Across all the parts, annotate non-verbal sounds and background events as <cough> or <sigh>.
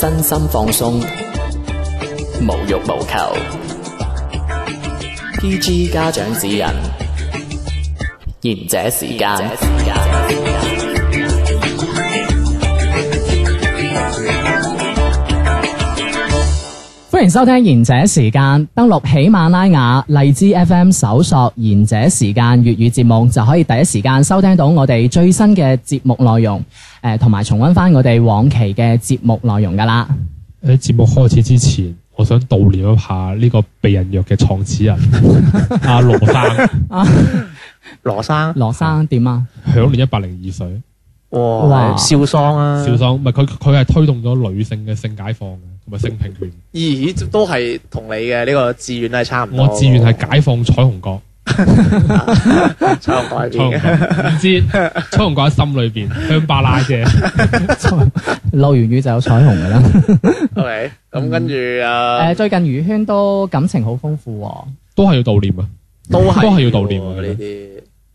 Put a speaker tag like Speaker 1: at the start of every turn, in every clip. Speaker 1: 身心放鬆，無欲無求。PG 家長指引，賢者時間。
Speaker 2: 歡迎收聽賢者時間，登錄喜馬拉雅、荔枝 FM 搜索賢者時間粵語節目，就可以第一時間收聽到我哋最新嘅節目內容，誒、呃同埋重溫翻我哋往期嘅節目內容噶啦。
Speaker 3: 喺節目開始之前，我想悼念一下呢個避孕藥嘅創始人阿羅生，
Speaker 4: 羅生，
Speaker 2: 羅生點啊？
Speaker 3: 享年一百零二歲。
Speaker 2: 哇
Speaker 4: 哇，笑喪啊！
Speaker 3: 邵生唔係佢，佢係推動咗女性嘅性解放嘅，同埋性平權。
Speaker 4: 咦，都係同你嘅呢個志願係差唔多。
Speaker 3: 我志願
Speaker 4: <laughs>
Speaker 3: 係解放彩虹角，
Speaker 4: 彩虹改
Speaker 3: 彩虹
Speaker 4: 變嘅。
Speaker 3: 角唔知彩虹角喺心裏邊香巴拉啫。
Speaker 2: 漏完雨就有彩虹噶
Speaker 4: <laughs>
Speaker 2: 啦。
Speaker 4: OK，咁
Speaker 3: 嗯
Speaker 4: 跟住
Speaker 2: 誒、
Speaker 4: 啊，
Speaker 2: 呃最近娛圈都感情好豐富喎、
Speaker 3: 都係要悼念啊！
Speaker 4: 都係
Speaker 3: 都係要悼念啊
Speaker 4: 喎呢啲。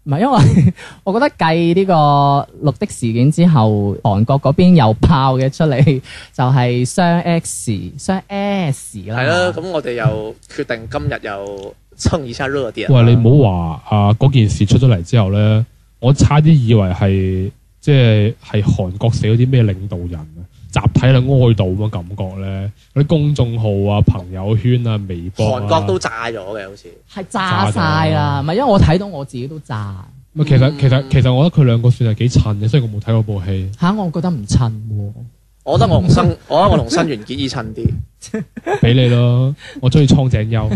Speaker 2: 唔係因為 <laughs> 我覺得繼呢個綠的事件之後，韓國嗰邊又爆嘅出嚟，就係雙 X 雙 S 啦。
Speaker 4: 係
Speaker 3: 啊
Speaker 4: 啦，咁我哋又決定今日又蹭一下熱點啦。
Speaker 3: 喂，你唔好話啊！嗰件事出咗嚟之後咧，我差啲以為係即係係韓國死咗啲咩領導人啊，集體去哀悼咁嘅感覺咧，嗰啲公眾號啊、朋友圈啊、微博啊
Speaker 4: 韓國都炸咗嘅，好似
Speaker 2: 係炸晒啦，唔係因為我睇到我自己都炸
Speaker 3: 咪啊其
Speaker 4: 嗯
Speaker 3: 實其實其實我覺得佢兩個算係幾襯嘅，雖然我冇睇過部
Speaker 4: <laughs>
Speaker 3: 戲。
Speaker 2: 吓、我覺得唔襯喎。
Speaker 4: 我覺得
Speaker 3: <laughs>
Speaker 4: 我同新，我覺得我同新垣結衣襯啲。
Speaker 3: 俾你咯，我中意蒼井
Speaker 4: <laughs>
Speaker 3: 優，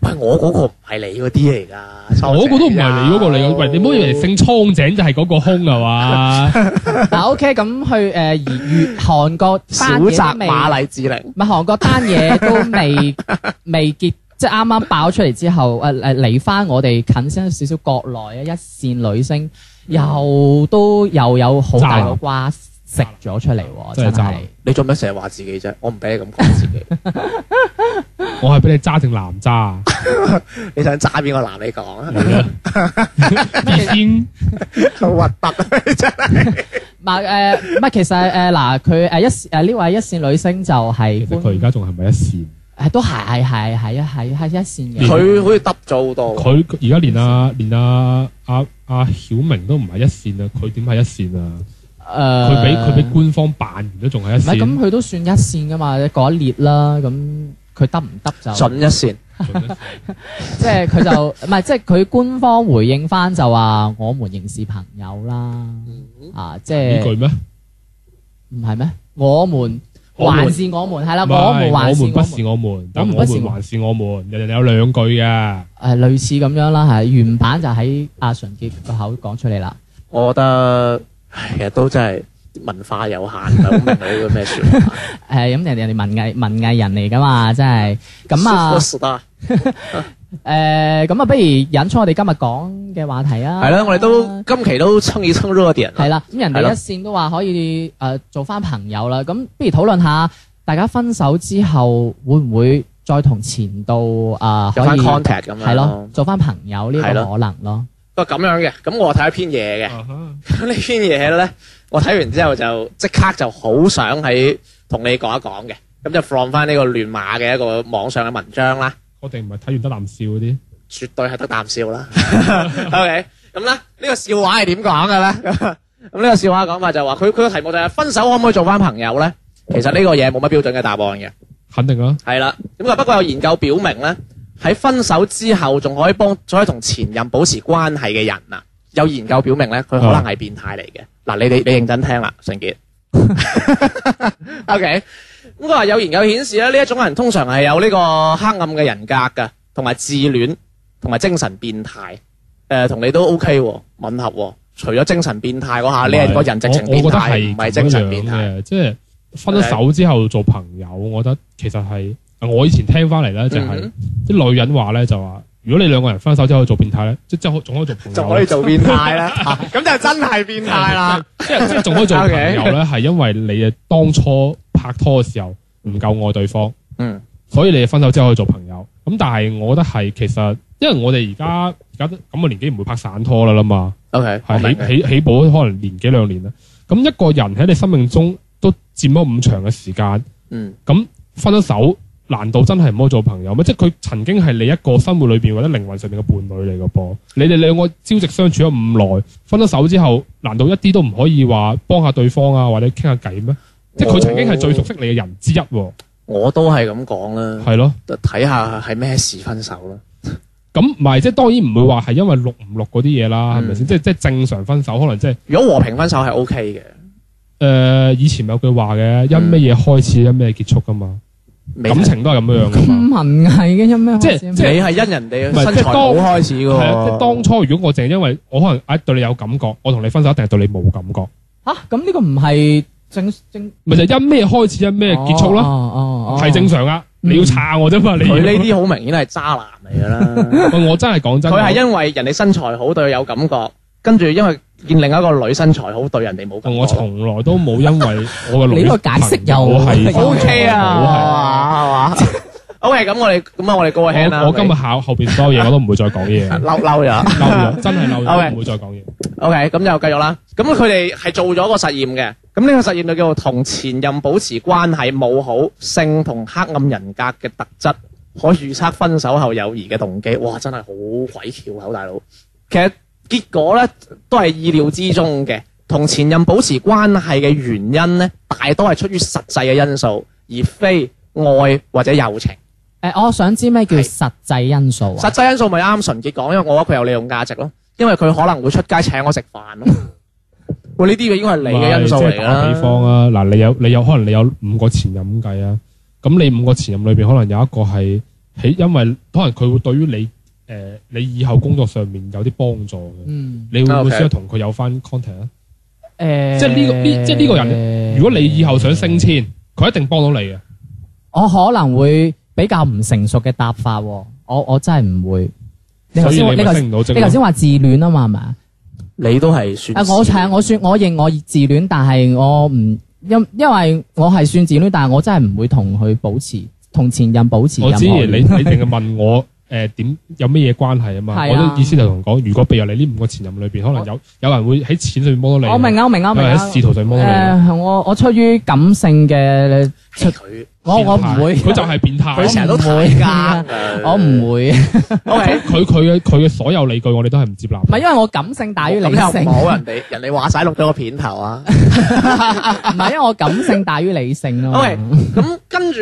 Speaker 4: 喂，我嗰個唔係你嗰啲嚟㗎，收
Speaker 3: 我嗰個都唔係
Speaker 4: 聲啊
Speaker 3: 你嗰個你喂，你唔好以為姓蒼井就係嗰個空係嘛？
Speaker 4: <laughs>
Speaker 2: 嗱 OK，咁去誒而粵韓國
Speaker 4: 小
Speaker 2: 單嘢
Speaker 4: 澤
Speaker 2: 都未
Speaker 4: 馬麗志玲。
Speaker 2: 唔係韓國單嘢都
Speaker 3: <laughs>
Speaker 2: 未未結，即係啱啱爆出嚟之後，誒誒離翻我哋近身少少國內嘅一線女星，又都又有好大個瓜食咗出嚟喎，
Speaker 3: 真係
Speaker 2: 真
Speaker 3: 渣
Speaker 2: 係
Speaker 3: 男
Speaker 4: 你做咩成日話自己啫？我唔俾你咁講自己。
Speaker 3: 我係俾你揸定男揸，
Speaker 4: 你想揸邊個男你講啊？ <laughs>
Speaker 3: 你先
Speaker 4: 好核突啊！你真係
Speaker 2: 唔係誒唔係其實誒嗱佢誒一誒呢位一線女星就係
Speaker 3: 其實佢而家仲係咪一線？
Speaker 2: 誒都係係係係係係一線嘅，
Speaker 4: 佢好似耷咗好多。
Speaker 3: 佢而家連啊連啊阿阿曉明都唔係一線啊，佢點係一線啊？
Speaker 2: 誒
Speaker 3: 佢俾佢俾官方扮完都仲係一
Speaker 2: 唔係咁
Speaker 3: 線，
Speaker 2: 佢都算一線噶嘛，嗰一列啦，咁佢得唔得就
Speaker 4: 準一線，
Speaker 2: <laughs> 即係佢就唔係，即係佢官方回應翻就話我們仍是朋友啦，啊，即
Speaker 3: 呢句
Speaker 2: 係
Speaker 3: 咩？
Speaker 2: 唔係咩？我們
Speaker 3: 我們
Speaker 2: 還是我們係啦，
Speaker 3: 唔
Speaker 2: 我們
Speaker 3: 係
Speaker 2: 還是
Speaker 3: 我們
Speaker 2: 我
Speaker 3: 不是
Speaker 2: 們
Speaker 3: 我們，但
Speaker 2: 我
Speaker 3: 我
Speaker 2: 們不是
Speaker 3: 們
Speaker 2: 我
Speaker 3: 還是我們。人人有兩句嘅，
Speaker 2: 誒類似咁樣啦，係原版就喺阿純潔個口講出嚟啦。
Speaker 4: 我覺得唉其實都真係文化有限，唔係好明你呢個咩 <laughs> 説話。
Speaker 2: 誒咁人哋人哋文藝文藝人嚟噶嘛，真係
Speaker 3: <laughs>
Speaker 2: 咁啊
Speaker 4: Super star
Speaker 2: 誒咁啊，不如引出我哋今日講嘅話題啊。
Speaker 4: 係啦，我哋都今期都蹭一蹭咗個啲人。
Speaker 2: 係啦，咁人哋
Speaker 4: 係
Speaker 2: 一
Speaker 4: 咯
Speaker 2: 線都話可以誒、呃做翻朋友啦，咁不如討論下大家分手之後會唔會再同前度啊、
Speaker 4: 有
Speaker 2: 可
Speaker 4: 翻
Speaker 2: 以
Speaker 4: contact 咁樣
Speaker 2: 係咯，。做翻朋友呢個
Speaker 4: 係咯
Speaker 2: 可能
Speaker 4: <laughs>
Speaker 2: 咯。
Speaker 4: 不過咁樣嘅，咁我睇一篇嘢嘅， <laughs>
Speaker 3: 啊
Speaker 4: 咁呢篇嘢咧，我睇完之後就即刻就好想喺同你講一講嘅，咁就 from 翻呢個亂馬嘅一個網上嘅文章啦。
Speaker 3: 我哋唔係睇完得啖笑嗰啲，
Speaker 4: 絕對係得啖笑啦。OK，咁咧呢個笑話係點講嘅咧？咁呢個笑話講法就話佢佢個題目就係分手可唔可以做翻朋友咧？其實呢個嘢冇乜標準嘅答案嘅，
Speaker 3: 肯定啦。
Speaker 4: 係啦。咁啊不過有研究表明咧，喺分手之後仲可以幫仲可以同前任保持關係嘅人啊，有研究表明咧，佢可能係變態嚟嘅。嗱，你你你認真聽啦，純傑。OK，咁佢話有研究顯示咧，呢一種人通常係有呢個黑暗嘅人格㗎，同埋自戀，同埋精神變態。誒、同你都 OK 喎，吻合喎。除咗精神變態嗰下，你啊係個人直情
Speaker 3: 我
Speaker 4: 變
Speaker 3: 我覺得
Speaker 4: 態，
Speaker 3: 係
Speaker 4: 唔係
Speaker 3: 咁
Speaker 4: 精神
Speaker 3: 樣
Speaker 4: 變態。
Speaker 3: 嘅，即係分咗手之後做朋友，我覺得其實係啊我以前聽翻嚟咧，就係
Speaker 4: 嗯
Speaker 3: 啲女人話咧就話，如果你兩個人分手之後做變態咧，即即係可仲可以做朋友呢，
Speaker 4: 做變態 <laughs> 啦，咁就真係變態啦。
Speaker 3: 即係即係仲可以做朋友咧，係因為你啊當初拍拖嘅時候唔夠愛對方，
Speaker 4: 嗯，
Speaker 3: 所以你哋分手之後可以做朋友。咁但係我覺得係其實，因為我哋而家而家咁嘅啊年紀唔會拍散拖啦啦嘛，
Speaker 4: OK，我明嘅
Speaker 3: 係起起起步可能年幾兩年啦。咁一個人喺你生命中都佔咗咁長嘅時間，
Speaker 4: 嗯
Speaker 3: 咁分咗手，難道真係唔可以做朋友咩？即係佢曾經係你一個生活裏邊或者靈魂上面嘅伴侶嚟嘅噃。你哋兩個朝夕相處咗咁耐，分咗手之後，難道一啲都唔可以話幫下對方啊，或者傾下偈咩？即係佢曾經係最熟悉你嘅人之一喎，
Speaker 4: 哦我都係咁講啦，
Speaker 3: 係咯。
Speaker 4: 睇下係咩事分手啦。
Speaker 3: 咁唔係即係當然唔會話係因為錄唔錄嗰啲嘢啦，係咪
Speaker 4: 嗯
Speaker 3: 先？即係即係正常分手，可能即係
Speaker 4: 如果和平分手係 O K 嘅，
Speaker 3: 誒以前有句話嘅，因咩嘢開始，因咩嘢結束噶嘛，
Speaker 4: 嗯未
Speaker 3: 感情都係咁樣
Speaker 4: 嗯
Speaker 3: 噶嘛。
Speaker 2: 咁文藝嘅有咩？
Speaker 3: 即係
Speaker 4: 你
Speaker 3: 即係
Speaker 4: 係因人哋
Speaker 3: 唔係
Speaker 4: 身
Speaker 3: 即
Speaker 4: 材
Speaker 3: 係當
Speaker 4: 好開始嘅
Speaker 3: 係啊，即係
Speaker 4: 喎。
Speaker 3: 當初如果我淨係因為我可能啊對你有感覺，我同你分手一定係對你冇感覺，
Speaker 2: 吓咁呢個唔係正正
Speaker 3: 咪就係因咩開始，因咩結束
Speaker 2: 哦
Speaker 3: 咯，
Speaker 2: 哦哦，
Speaker 3: 係正常噶。你要撐我啫嘛，你
Speaker 4: 佢呢啲好明顯係渣男嚟㗎啦。
Speaker 3: 啲，我真係 <laughs> 講真，
Speaker 4: 佢係因為人哋身材好對佢有感覺，跟住因為見另一個女身材好對人哋冇感覺。
Speaker 3: 我從來都冇因為我嘅女
Speaker 2: 你呢個解釋又
Speaker 3: 我係
Speaker 4: O K
Speaker 3: 我係 <laughs>
Speaker 4: 啊，係嘛？O K，咁我哋咁啊，我哋過去 hand 啦。
Speaker 3: 我我今日考後邊所有嘢我都唔會再講嘢，
Speaker 4: 嬲嬲咗。
Speaker 3: 嬲咗，真係嬲咗，
Speaker 4: OK
Speaker 3: 唔會再講嘢。
Speaker 4: OK，咁就繼續啦。咁佢哋係做咗個實驗嘅，咁呢個實驗就叫做同前任保持關係冇好性同黑暗人格嘅特質，可預測分手後友誼嘅動機。哇，真係好鬼翹口，大佬。其實結果咧都係意料之中嘅，同前任保持關係嘅原因咧，大多係出於實際嘅因素，而非愛或者友情。
Speaker 2: 誒，我想知咩叫實際因素啊
Speaker 4: 實？際因素咪啱純潔講，因為我覺得佢有利用價值咯，因為佢可能會出街請我食飯咯。喂，呢啲嘅應該係你嘅因素
Speaker 3: 唔係
Speaker 4: 嚟
Speaker 3: 即
Speaker 4: 㗎
Speaker 3: 係打比方
Speaker 4: 啦。
Speaker 3: 啊，嗱，你有你有可能你有五個前任咁計啊，咁你五個前任裏邊可能有一個係喺因為可能佢會對於你誒、呃你以後工作上面有啲幫助嘅，
Speaker 2: 嗯，
Speaker 3: 你會唔會
Speaker 4: Okay
Speaker 3: 需要同佢有翻 contact 啊？
Speaker 2: 誒，
Speaker 3: 即係呢個呢即係呢個人如果你以後想升遷，佢一定幫到你嘅。
Speaker 2: 我可能會比較唔成熟嘅答法喎，我我真係唔會。你頭
Speaker 3: 所以
Speaker 2: 先
Speaker 3: 你
Speaker 2: 呢
Speaker 3: 咪
Speaker 2: 個
Speaker 3: 升唔到職
Speaker 2: 你頭先
Speaker 3: 咯。
Speaker 2: 話自戀啊嘛，係咪啊？
Speaker 4: 你都係算
Speaker 2: 啊，我係我算我認我自戀，但係我唔因因為我係算自戀，但係我真係唔會同佢保持同前任保持
Speaker 3: 我
Speaker 2: 任何
Speaker 3: 知你你
Speaker 2: 聯繫
Speaker 3: 淨係問我誒點有咩嘢關係啊嘛？
Speaker 2: 係
Speaker 3: 我
Speaker 2: 啊
Speaker 3: 都意思就同講，如果譬如你呢五個前任裏邊，可能有有人會喺錢上面幫到你，
Speaker 2: 我明啊，我明啊，我
Speaker 3: 有
Speaker 2: 明
Speaker 3: 人
Speaker 2: 啊
Speaker 3: 喺。仕途上面幫到你。
Speaker 2: 誒，我我出於感性嘅，
Speaker 4: 出佢，
Speaker 2: 我我唔會，
Speaker 3: 佢就係變態。啊
Speaker 4: 佢成日都
Speaker 2: 我唔會
Speaker 4: 睇家。
Speaker 2: <laughs> 我唔會，唔
Speaker 4: O K，
Speaker 3: 佢佢嘅佢嘅所有理據，我哋都係唔接納。
Speaker 2: 係因為我感性大於理
Speaker 4: 咁又
Speaker 2: 性，<laughs>
Speaker 4: 唔
Speaker 2: 唔
Speaker 4: 好人哋人哋話晒錄咗個片頭啊。
Speaker 2: 係因為我感性大於理性啊咯。
Speaker 4: OK，咁跟住，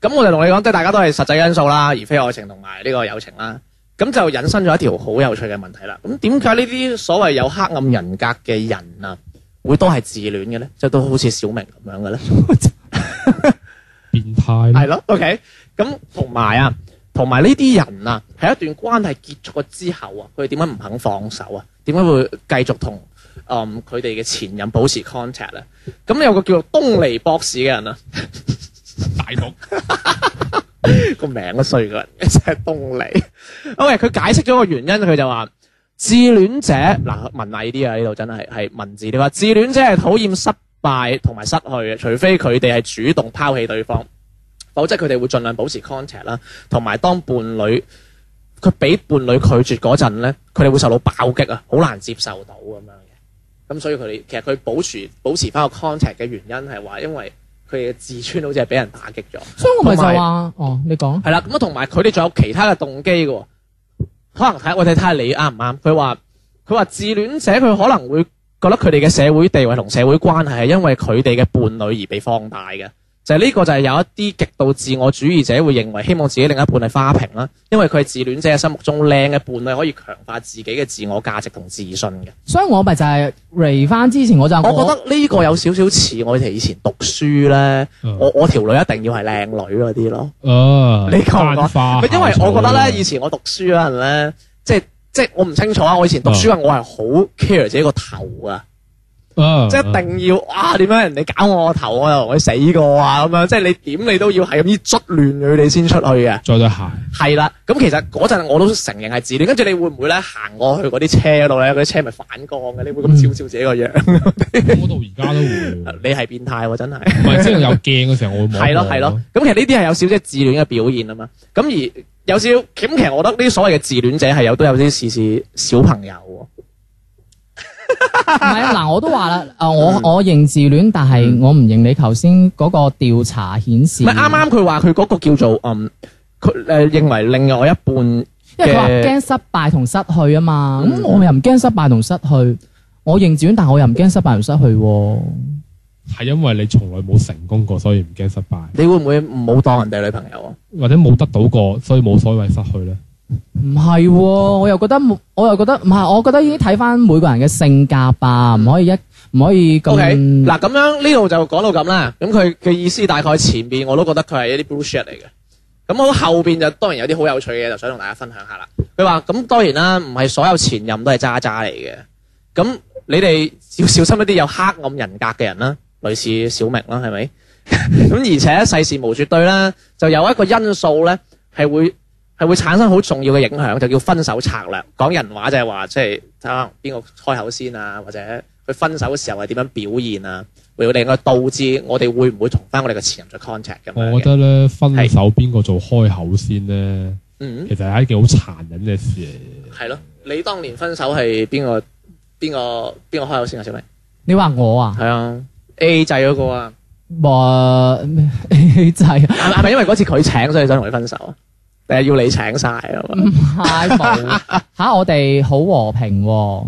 Speaker 4: 咁我就同你講，即係大家都係實際因素啦，而非愛情同埋呢個友情啦。咁就引申咗一條好有趣嘅問題啦。咁點解呢啲所謂有黑暗人格嘅人啊，會都係自戀嘅咧？即係都好似小明咁樣嘅咧？
Speaker 3: 變態
Speaker 4: 係
Speaker 3: 咯，
Speaker 4: 咯，OK。咁同埋啊，同埋呢啲人啊，喺一段關係結束咗之後啊，佢哋點解唔肯放手啊？點解會繼續同嗯佢哋嘅前任保持 contact 咧？咁有個叫做東尼博士嘅人啊。
Speaker 3: <laughs> 大陸
Speaker 4: <laughs> 個名都衰個人，真係東尼。OK，佢解釋咗個原因，佢就話自戀者嗱文藝啲啊，呢度真係係文字啲話，自戀者係討厭失敗同埋失去嘅，除非佢哋係主動拋棄對方，否哦則佢哋會盡量保持 contact 啦，同埋當伴侶。佢俾伴侶拒絕嗰陣咧，佢哋會受到爆擊啊，好難接受到咁樣嘅。咁所以佢哋其實佢保持保持翻個 contact 嘅原因係話，因為佢哋嘅自尊好似係俾人打擊咗。
Speaker 2: 所以我咪就
Speaker 4: 同埋
Speaker 2: 話，哦，你講。
Speaker 4: 係啦，咁啊同埋佢哋仲有其他嘅動機嘅喎，可能睇我哋睇下你啱唔啱。佢話佢話自戀者佢可能會覺得佢哋嘅社會地位同社會關係係因為佢哋嘅伴侶而被放大嘅，就係、呢個就係有一啲極度自我主義者會認為希望自己另一半係花瓶啦，因為佢係自戀者嘅心目中靚嘅伴侶可以強化自己嘅自我價值同自信嘅。
Speaker 2: 所以我咪就係 r 翻之前我就話
Speaker 4: 我覺得呢個有少少似我哋以前讀書咧，
Speaker 3: 嗯
Speaker 4: 我我條女一定要係靚女嗰啲咯。
Speaker 3: 啊，
Speaker 4: 你覺唔覺
Speaker 3: 奸化
Speaker 4: 唔係因為我覺得咧，以
Speaker 3: 以
Speaker 4: 前我讀書嗰陣咧，即係即係我唔清楚啊。我以前讀書啊，我係好 care 自己個頭啊，即係一定要啊點樣人哋搞我個頭，我又同佢死過啊咁樣。即係你點你都要係咁依捽亂佢，你先出去嘅。
Speaker 3: 着對鞋，
Speaker 4: 係啦，咁其實嗰陣我都承認係自戀。跟住你會唔會咧行過去嗰啲車嗰度咧？嗰啲車咪反光嘅，你會咁照照自己個樣？ <laughs>
Speaker 3: 我到而家都會，
Speaker 4: 你係變態喎，真係。
Speaker 3: 唔係即係有鏡嘅時候我會望。
Speaker 4: 係咯係咯，，咁其實呢啲係有少少自戀嘅表現啊嘛。咁而有少少，咁其實我覺得呢啲所謂嘅自戀者係有都有啲似似小朋友喎。
Speaker 2: 係啊，嗱，我都話啦，誒，
Speaker 4: 嗯
Speaker 2: 我我認自戀，但係我唔認你頭先嗰個調查顯示，
Speaker 4: 唔係啱，啱佢話佢嗰個叫做嗯，佢誒、呃、認為另外一半
Speaker 2: 因為佢話
Speaker 4: 嘅
Speaker 2: 驚失敗同失去啊嘛，咁、
Speaker 4: 嗯
Speaker 2: 我又唔驚失敗同失去，我認自戀，但我又唔驚失敗同失去喎、
Speaker 3: 係因為你從來冇成功過，所以唔驚失敗，
Speaker 4: 你會唔會唔好當人哋女朋友啊？
Speaker 3: 或者冇得到過，所以冇所謂失去咧。
Speaker 2: 唔係喎，我又覺得冇，我又覺得唔係，我覺得已經睇翻每個人嘅性格吧，唔可以一唔可以
Speaker 4: O K，
Speaker 2: 咁
Speaker 4: 嗱咁樣呢度就講到咁啦。咁佢嘅意思大概前邊我都覺得佢係一啲 bullshit 嚟嘅。咁好後邊就當然有啲好有趣嘅，就想同大家分享下啦。佢話：咁當然啦，唔係所有前任都係渣渣嚟嘅。咁你哋要小心一啲有黑暗人格嘅人啦，類似小明啦，係咪？咁而且世事無絕對啦，就有一個因素咧係會係會產生好重要嘅影響，就叫分手策略。講人話就係話，即係睇下邊個開口先啊，或者佢分手嘅時候係點樣表現啊，會令佢導致我哋會唔會同翻我哋嘅前任再 contact 咁樣嘅
Speaker 3: 我覺得咧，分手邊個做開口先咧，
Speaker 4: 嗯，
Speaker 3: 其實係一件好殘忍嘅事嚟嘅。
Speaker 4: 係咯。你當年分手係邊個邊個邊個開口先啊？小明
Speaker 2: 你話我啊，
Speaker 4: 係啊，A 制嗰個啊，
Speaker 2: <laughs> 話咩就係
Speaker 4: 係咪係咪因為嗰次佢請所以想同你分手啊？定係要你請晒啊？
Speaker 2: 太冇
Speaker 4: <laughs>
Speaker 2: 嚇，我哋好和平喎、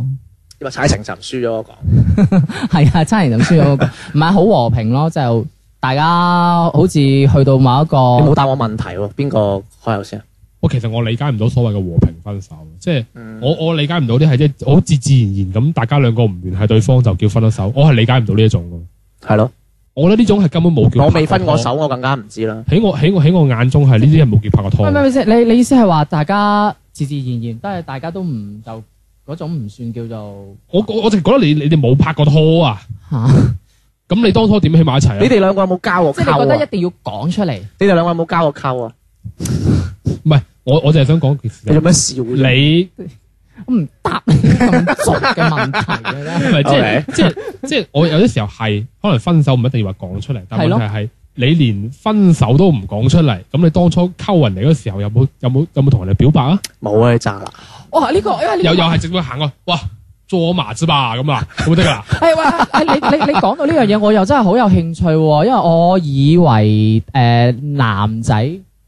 Speaker 4: 你話踩情尋輸咗我講。
Speaker 2: 係啊，真係咁輸咗
Speaker 3: <laughs>
Speaker 2: 嗰個，唔係好和平咯，就大家好似去到某一
Speaker 4: 你冇
Speaker 2: 個，
Speaker 4: 答我問題喎，邊個開口先啊？
Speaker 3: 我其實我理解唔到所謂嘅和平分手，即係
Speaker 4: 嗯，
Speaker 3: 我我理解唔到啲係即係好自自然然咁，大家兩個唔聯繫對方就叫分咗手，我係理解唔到呢一種嘅。
Speaker 4: 係咯，
Speaker 3: 我覺得呢種係根本冇叫
Speaker 4: 我
Speaker 3: 拍
Speaker 4: 未
Speaker 3: 過
Speaker 4: 分過
Speaker 3: 拖
Speaker 4: 手，我更加唔知啦。
Speaker 3: 喺我喺我喺我眼中係呢啲係冇叫拍過拖
Speaker 2: 咩
Speaker 3: 嘅。
Speaker 2: 咩先？你你意思係話大家自自然然都係大家都唔就嗰種唔算叫做
Speaker 3: 我我我就覺得你你哋冇拍過拖啊，
Speaker 2: 嚇，
Speaker 3: 咁你當初點起埋一齊
Speaker 4: 你
Speaker 3: 啊？
Speaker 4: 哋兩個有冇交過
Speaker 2: 即係你覺
Speaker 4: 溝
Speaker 2: 得一
Speaker 4: 啊？
Speaker 2: 定要講出嚟。
Speaker 4: 你哋兩個有冇交過溝啊？
Speaker 3: 唔係，我我就係想講件
Speaker 4: 你做
Speaker 3: 事，
Speaker 4: 咩笑啫？
Speaker 3: 你
Speaker 2: 我唔答你咁俗嘅問題嘅咧。
Speaker 3: 唔 <laughs> 係即
Speaker 4: OK
Speaker 3: 係即係即係我有啲時候係可能分手唔一定要話講出嚟，但
Speaker 2: 係
Speaker 3: 問
Speaker 2: 咯
Speaker 3: 題係你連分手都唔講出嚟，咁你當初溝人哋嗰時候有冇有冇有冇同人哋表白啊？
Speaker 4: 冇啊，你渣男。
Speaker 2: 哇！呢個因為呢個
Speaker 3: 又又係直接行過，哇，做我麻啫吧咁啊，咁就得
Speaker 2: <laughs>
Speaker 3: 㗎啦。
Speaker 2: 係喂，誒你你你講到呢樣嘢，我又真係好有興趣喎，因為我以為誒、呃男仔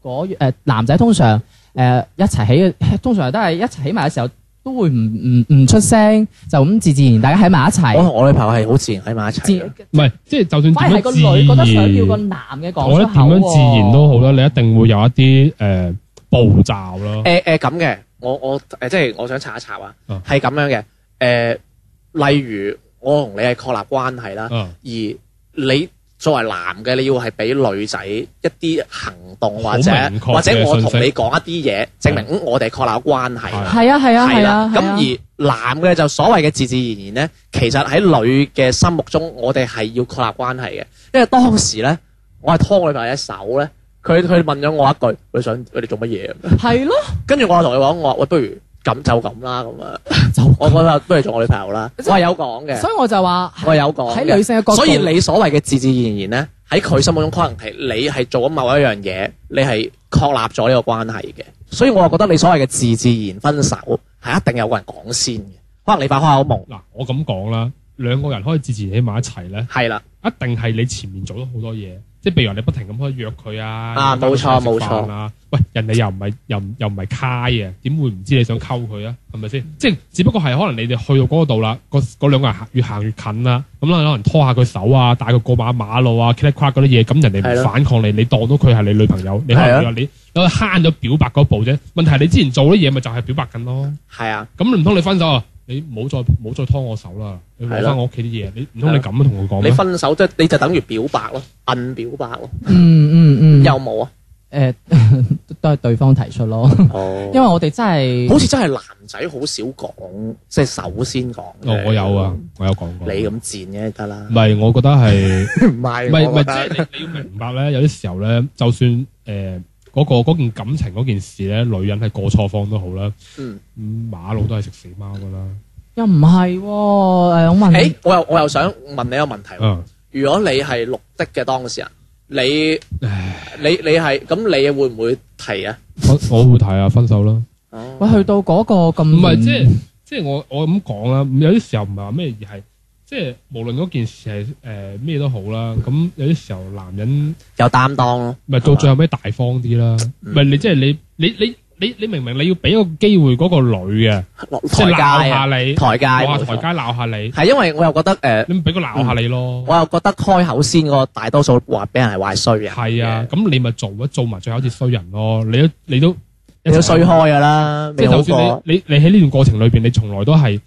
Speaker 2: 嗰誒、呃男仔通常誒、呃一齊起， <laughs> 通常都係一齊起埋嘅時候都會唔唔唔出聲，就咁自自然然大家喺埋一
Speaker 4: 我
Speaker 2: 齊。
Speaker 4: 同我女朋友係好自然喺埋一齊
Speaker 2: 自
Speaker 4: 嘅。
Speaker 3: 唔係，即係就算
Speaker 2: 反而係
Speaker 3: 點
Speaker 2: 個
Speaker 3: 樣
Speaker 2: 女覺得
Speaker 3: 自
Speaker 2: 想
Speaker 3: 然
Speaker 2: 要個男嘅講出
Speaker 3: 我覺得點
Speaker 2: 口
Speaker 3: 樣自然都好
Speaker 2: 喎
Speaker 3: 啦，你一定會有一啲誒、呃步驟咯。
Speaker 4: 誒誒咁嘅，我我誒即係我想查一查啊，
Speaker 3: 嗯
Speaker 4: 係咁樣嘅。誒，例如我同你係確立關係啦，
Speaker 3: 嗯，
Speaker 4: 而你作為男嘅，你要係俾女仔一啲行動
Speaker 3: 好
Speaker 4: 或者
Speaker 3: 明確嘅
Speaker 4: 或者我
Speaker 3: 信息
Speaker 4: 同你講一啲嘢，證明嗯我哋確立關係啦。
Speaker 2: 係啊係啊
Speaker 4: 係
Speaker 2: 係
Speaker 4: 啦
Speaker 2: 啊，，
Speaker 4: 咁
Speaker 2: 係啊
Speaker 4: 而男嘅就所謂嘅自自然然咧，其實喺女嘅心目中，我哋係要確立關係嘅，因為當時咧，我係拖我女朋友隻手咧，佢佢問咗我一句，佢想佢哋做乜嘢？
Speaker 2: 係咯，
Speaker 4: 跟住我就同佢講，我話喂，不如咁就咁啦，咁啊，
Speaker 2: <laughs> 就
Speaker 4: 我覺得不如做我女朋
Speaker 2: <laughs>
Speaker 4: 友啦，我係有講嘅，
Speaker 2: 所以我就話
Speaker 4: 我係有講
Speaker 2: 喺女性嘅角度，
Speaker 4: 所以你所謂嘅自自然然咧，喺佢心目中可能係你係做咗某一樣嘢，你係確立咗呢個關係嘅。所以我又覺得你所謂嘅自自然分手係一定有個人講先嘅，可能你發開口夢
Speaker 3: 嗱，我咁講啦，兩個人可以自自然喺埋一齊咧，
Speaker 4: 係啦，
Speaker 3: 一定係你前面做咗好多嘢，即係譬如話你不停咁可以約佢啊，
Speaker 4: 啊
Speaker 3: 約佢出嚟食
Speaker 4: 冇錯
Speaker 3: 飯啊，喂，人哋又唔係又唔又唔係卡嘅，點會唔知你想溝佢啊？係咪先？即係只不過係可能你哋去到嗰度啦，個嗰兩個人行越行越近啦，咁啊可能拖下佢手啊，帶佢過馬馬路啊 c l 嗰啲嘢，咁人
Speaker 4: 係
Speaker 3: 哋
Speaker 4: 咯
Speaker 3: 唔反抗你，你當到佢係你女朋友，你可
Speaker 4: 係啊
Speaker 3: 能話你你慳咗表白嗰步啫。問題係你之前做啲嘢咪就係表白緊咯。
Speaker 4: 係啊，
Speaker 3: 咁唔通你分手啊？你唔好再唔好再拖我手啦，你攞
Speaker 4: 係咯
Speaker 3: 翻我屋企啲嘢，你唔通你咁樣同佢講
Speaker 4: 你
Speaker 3: 咩？
Speaker 4: 分手即係你就等於表白咯，摁表白咯，
Speaker 2: 嗯嗯嗯
Speaker 4: 有冇啊？
Speaker 2: 誒 <laughs> 都係對方提出咯，
Speaker 3: 嗯
Speaker 4: 哦
Speaker 2: 因為我哋真係
Speaker 4: 好似真係男仔好少講，即係首先講。
Speaker 3: 哦，我有啊，，我有講過。
Speaker 4: 你咁賤嘅得啦
Speaker 3: 唔，係，我覺得係，
Speaker 4: 唔
Speaker 3: 唔
Speaker 4: 係
Speaker 3: 係唔係，即係你你要明白咧，有啲時候咧，就算誒嗰個嗰件感情嗰件事咧，女人係過錯方都好啦，
Speaker 4: 嗯
Speaker 3: 嗯，馬路都係食死貓噶啦，
Speaker 2: 又唔係喎，誒我問
Speaker 4: 誒，我又我又想問你一個問題喎。
Speaker 3: 嗯，
Speaker 4: 如果你係綠的嘅當事人，你
Speaker 3: 唉，
Speaker 4: 你你係咁，你會唔會提啊？
Speaker 3: 我我會睇啊，分手啦，
Speaker 2: 哦喂，去到嗰個咁，
Speaker 3: 唔係即係即係我我咁講啦，有啲時候唔係話咩，而係即係無論嗰件事係诶咩都好啦，咁有啲時候男人
Speaker 4: 有擔當咯，
Speaker 3: 咪到最後尾大方啲啦，咪你即係你你你你你明明你要俾個機會嗰個女嘅，
Speaker 4: 落
Speaker 3: 即
Speaker 4: 台
Speaker 3: 係鬧
Speaker 4: 階啊，
Speaker 3: 下你，
Speaker 4: 台階
Speaker 3: 話台
Speaker 4: 冇錯，嗯
Speaker 3: 階鬧下你，
Speaker 4: 係因為我又覺得诶，
Speaker 3: 你咪俾佢鬧下你咯。
Speaker 4: 我又覺得開口先嗰個大多數話俾人係壞衰人，
Speaker 3: 係啊，，咁你咪做啊，做埋最後一次衰人咯。你都你都
Speaker 4: 你都衰開㗎啦，
Speaker 3: 即
Speaker 4: 未
Speaker 3: 係
Speaker 4: 好
Speaker 3: 就算
Speaker 4: 過
Speaker 3: 你你你喺呢段過程裏邊，你從來都係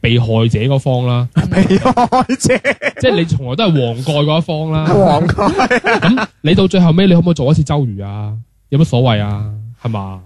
Speaker 3: 被害者嗰方啦，
Speaker 4: 未開 <laughs> 啫，
Speaker 3: 即係你從來都係黃蓋嗰一方
Speaker 4: <laughs>
Speaker 3: 啦。
Speaker 4: 黃蓋。
Speaker 3: 你到最後尾，你可唔可以做一次周瑜啊？有乜所謂啊？係嘛？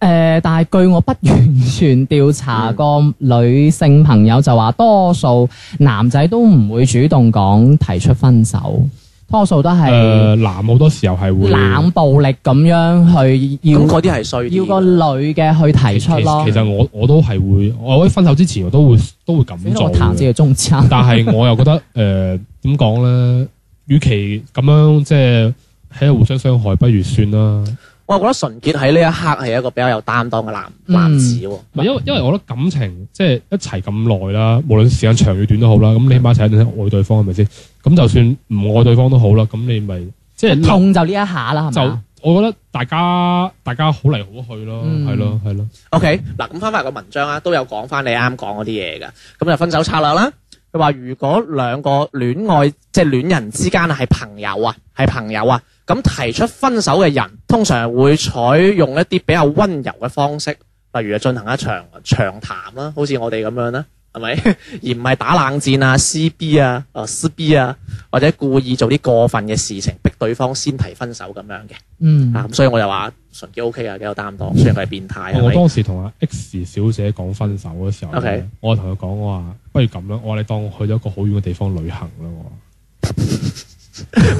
Speaker 2: 诶、但係據我不完全調查個女性朋友就話，多數男仔都唔會主動講提出分手，多數都
Speaker 3: 誒、
Speaker 2: 係
Speaker 3: 男好多時候係會
Speaker 2: 冷暴力咁樣去要
Speaker 4: 咁嗰啲係衰啲
Speaker 2: 要個女嘅去提出咯
Speaker 3: 其。其實我我都係會，我喺分手之前我都會都會
Speaker 2: 死咯
Speaker 3: 咁
Speaker 2: 我
Speaker 3: 做
Speaker 2: 彈
Speaker 3: 嘅。
Speaker 2: 至佢中餐，
Speaker 3: 但係我又覺得誒點講咧？與其咁樣即係喺度互相傷害，不如算啦。
Speaker 4: 我覺得純潔喺呢一刻係一個比較有擔當嘅男
Speaker 2: 嗯
Speaker 4: 男子喎。
Speaker 3: 唔係因為因為我覺得感情即係一齊咁耐啦，無論時間長與短都好啦，咁你起碼一齊一陣愛對方係咪先？咁就算唔愛對方都好啦，咁你咪即係
Speaker 2: 痛啊就呢一下啦，係
Speaker 3: 就
Speaker 2: 嘛？
Speaker 3: 我覺得大家大家好嚟好去咯，
Speaker 2: 嗯
Speaker 3: 係咯係咯，
Speaker 4: OK，嗱咁翻翻個文章啊，都有講翻你啱講嗰啲嘢嘅。咁就分手策略啦。佢話如果兩個戀愛即係戀人之間係朋友啊，係朋友啊，咁提出分手嘅人通常會採用一啲比較温柔嘅方式，例如啊進行一場長談啦，好似我哋咁樣啦。係咪？ <laughs> 而唔係打冷戰啊、撕逼啊、啊撕逼啊，或者故意做啲過分嘅事情，逼對方先提分手咁樣嘅。
Speaker 2: 嗯，
Speaker 4: 啊，咁所以我就話純潔 O K 啊，幾有擔當，雖然佢係變態，
Speaker 3: 啊我
Speaker 4: 係咪？
Speaker 3: 當時同阿 X 小姐講分手嘅時候
Speaker 4: OK
Speaker 3: 我同佢講我話不如咁啦，我話你當我去咗一個好遠嘅地方旅行啦，我話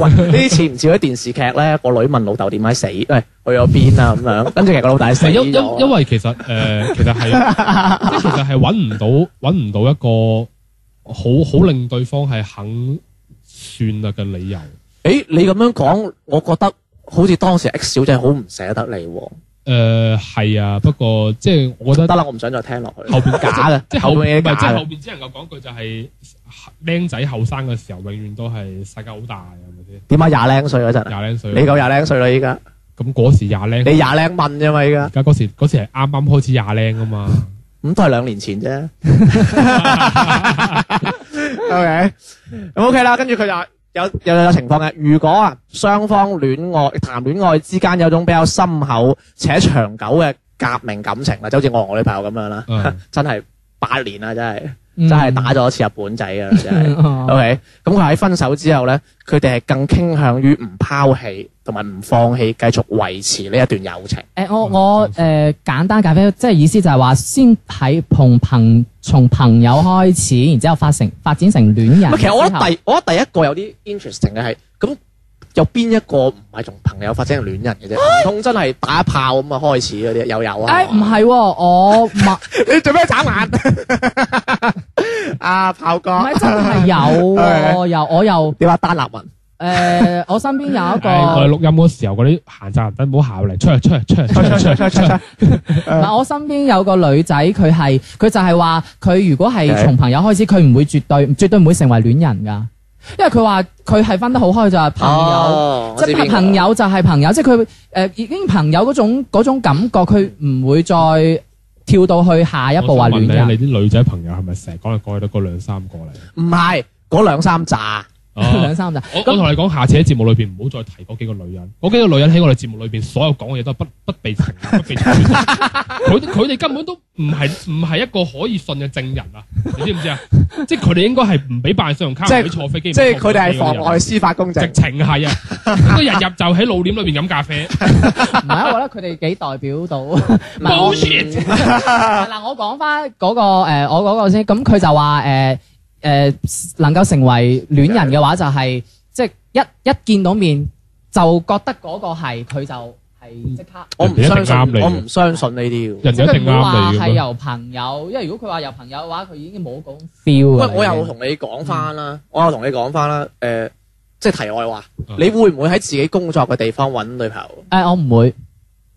Speaker 4: 喂，呢啲似唔似嗰啲電視劇咧？個女問老豆點解死，喂，去咗邊啊咁
Speaker 3: <laughs>
Speaker 4: 樣，跟住其實個老豆係
Speaker 3: 唔
Speaker 4: 死
Speaker 3: 係因因因
Speaker 4: 咗。
Speaker 3: 為其實誒、呃
Speaker 4: <laughs>
Speaker 3: 其實係即係其實係揾唔到揾唔到一個好好令對方係肯算啦嘅理由。
Speaker 4: 誒，你咁樣講，我覺得好似當時 X 小姐好唔捨得你喎。
Speaker 3: 誒係、啊，不過即係我覺
Speaker 4: 得
Speaker 3: 得
Speaker 4: 啦，我唔想再聽落去。
Speaker 3: 後邊
Speaker 4: <laughs> 假嘅，
Speaker 3: 即係
Speaker 4: 後
Speaker 3: 後
Speaker 4: 邊
Speaker 3: 邊
Speaker 4: 嘢
Speaker 3: 唔係即
Speaker 4: 假
Speaker 3: 係後
Speaker 4: 嘅。
Speaker 3: 邊只能夠講句就係僆仔後生嘅時候，永遠都係世界好大係咪先？
Speaker 4: 點解廿零歲嗰陣啊？
Speaker 3: 廿零歲
Speaker 4: 你夠廿零歲啦，依家
Speaker 3: 咁嗰時廿
Speaker 4: 你
Speaker 3: 零，
Speaker 4: 廿零問啫嘛，依
Speaker 3: 而
Speaker 4: 家
Speaker 3: 家嗰時嗰時係啱啱開始廿零啊嘛。
Speaker 4: 咁都係兩年前啫。OK，咁 OK 啦，跟住佢就有有有情況嘅。如果啊雙方戀愛談戀愛之間有種比較深厚且長久嘅革命感情啦，就好似我同我女朋友咁樣啦，
Speaker 3: 嗯
Speaker 4: 真係八年啦，真係
Speaker 2: 嗯
Speaker 4: 真係打咗一次日本仔噶啦，真係。
Speaker 2: 嗯
Speaker 4: OK，咁佢喺分手之後咧，佢哋係更傾向於唔拋棄同埋唔放棄，繼續維持呢一段友情。
Speaker 2: 誒我我誒簡單解釋，即係意思就係話先喺同朋從朋友開始，然之後發成發展成戀人。
Speaker 4: 唔係其實我覺得
Speaker 2: 之後
Speaker 4: 第我覺得第一個有啲 interesting 嘅係，咁有邊一個唔係從朋友發展成戀人嘅啫？唔通真係打炮咁啊開始嗰啲又有啊？
Speaker 2: 哎誒唔係喎，我默
Speaker 4: 你做咩眨眼？啊，炮
Speaker 2: 唔
Speaker 4: 哥，
Speaker 2: 係真係
Speaker 4: <laughs>
Speaker 2: 有
Speaker 4: 哎
Speaker 2: 喎，又我又
Speaker 4: 你話單立文
Speaker 2: 誒，我身邊有一
Speaker 3: 唉我哋
Speaker 2: 個，
Speaker 3: 錄音嗰時候嗰啲閒雜人等唔好下
Speaker 4: <laughs>
Speaker 3: 嚟，出嚟出嚟出嚟出嚟出嚟出嚟出嚟。
Speaker 2: 唔係我身邊有個女仔，佢係佢就係話，佢如果係
Speaker 4: Okay
Speaker 2: 從朋友開始，佢唔會絕對絕對唔會成為戀人㗎，因為佢話佢係分得好開，就係朋友。
Speaker 4: 友
Speaker 2: 哦真係朋，友就係朋友，即係佢誒已經朋友嗰種嗰種感覺，佢唔會再跳到去下一步話戀
Speaker 3: 我想問
Speaker 2: <laughs>
Speaker 3: 你
Speaker 2: 人。
Speaker 3: 你啲女仔朋友係咪成日講嚟講去都嗰兩三 <laughs> 個嚟？
Speaker 4: 唔係嗰兩三扎，
Speaker 2: 兩三集
Speaker 3: 啊我我同你講，下次喺節目裏邊唔好再提嗰幾個女人。嗰幾個女人喺我哋節目裏邊所有講嘅嘢都係不不被承 <laughs> 認、不被尊重。佢佢哋根本都唔係唔係一個可以信嘅證人啊！你知唔知 <laughs> 啊？即係佢哋應該係唔俾辦信用卡、
Speaker 4: 即係
Speaker 3: 唔俾坐飛機，
Speaker 4: 即係佢哋係妨
Speaker 3: 放
Speaker 4: 礙司法公
Speaker 3: 直
Speaker 4: 正。
Speaker 3: 情 <laughs> 係啊！咁佢日日就喺老臉裏邊飲咖啡。
Speaker 2: 唔係，我覺得佢哋幾代表
Speaker 3: <laughs>
Speaker 2: 到。唔係我
Speaker 3: Bullshit！
Speaker 2: 嗱，我講翻嗰個誒，我嗰個先。咁佢就話誒誒，能夠成為戀人嘅話，就係即係一一見到面就覺得嗰個係佢就係即刻。
Speaker 4: 我唔相
Speaker 3: 人哋一定啱
Speaker 4: 信，
Speaker 3: 你
Speaker 4: 我唔相信呢啲嘅。
Speaker 3: 人
Speaker 2: 即
Speaker 3: 哋
Speaker 2: 係
Speaker 3: 一
Speaker 2: 佢
Speaker 3: 定
Speaker 2: 唔會話
Speaker 3: 啱你
Speaker 2: 係
Speaker 3: 嘅。
Speaker 2: 由朋友，因為如果佢話由朋友嘅話，佢已經冇嗰種 feel
Speaker 4: 喂
Speaker 2: 㗎啦，
Speaker 4: 我
Speaker 2: 已
Speaker 4: 又
Speaker 2: 經
Speaker 4: 同你講翻啦，我又同你講翻啦，誒，即係題外話，
Speaker 3: 嗯
Speaker 4: 你會唔會喺自己工作嘅地方揾女朋友？
Speaker 2: 誒，我唔會。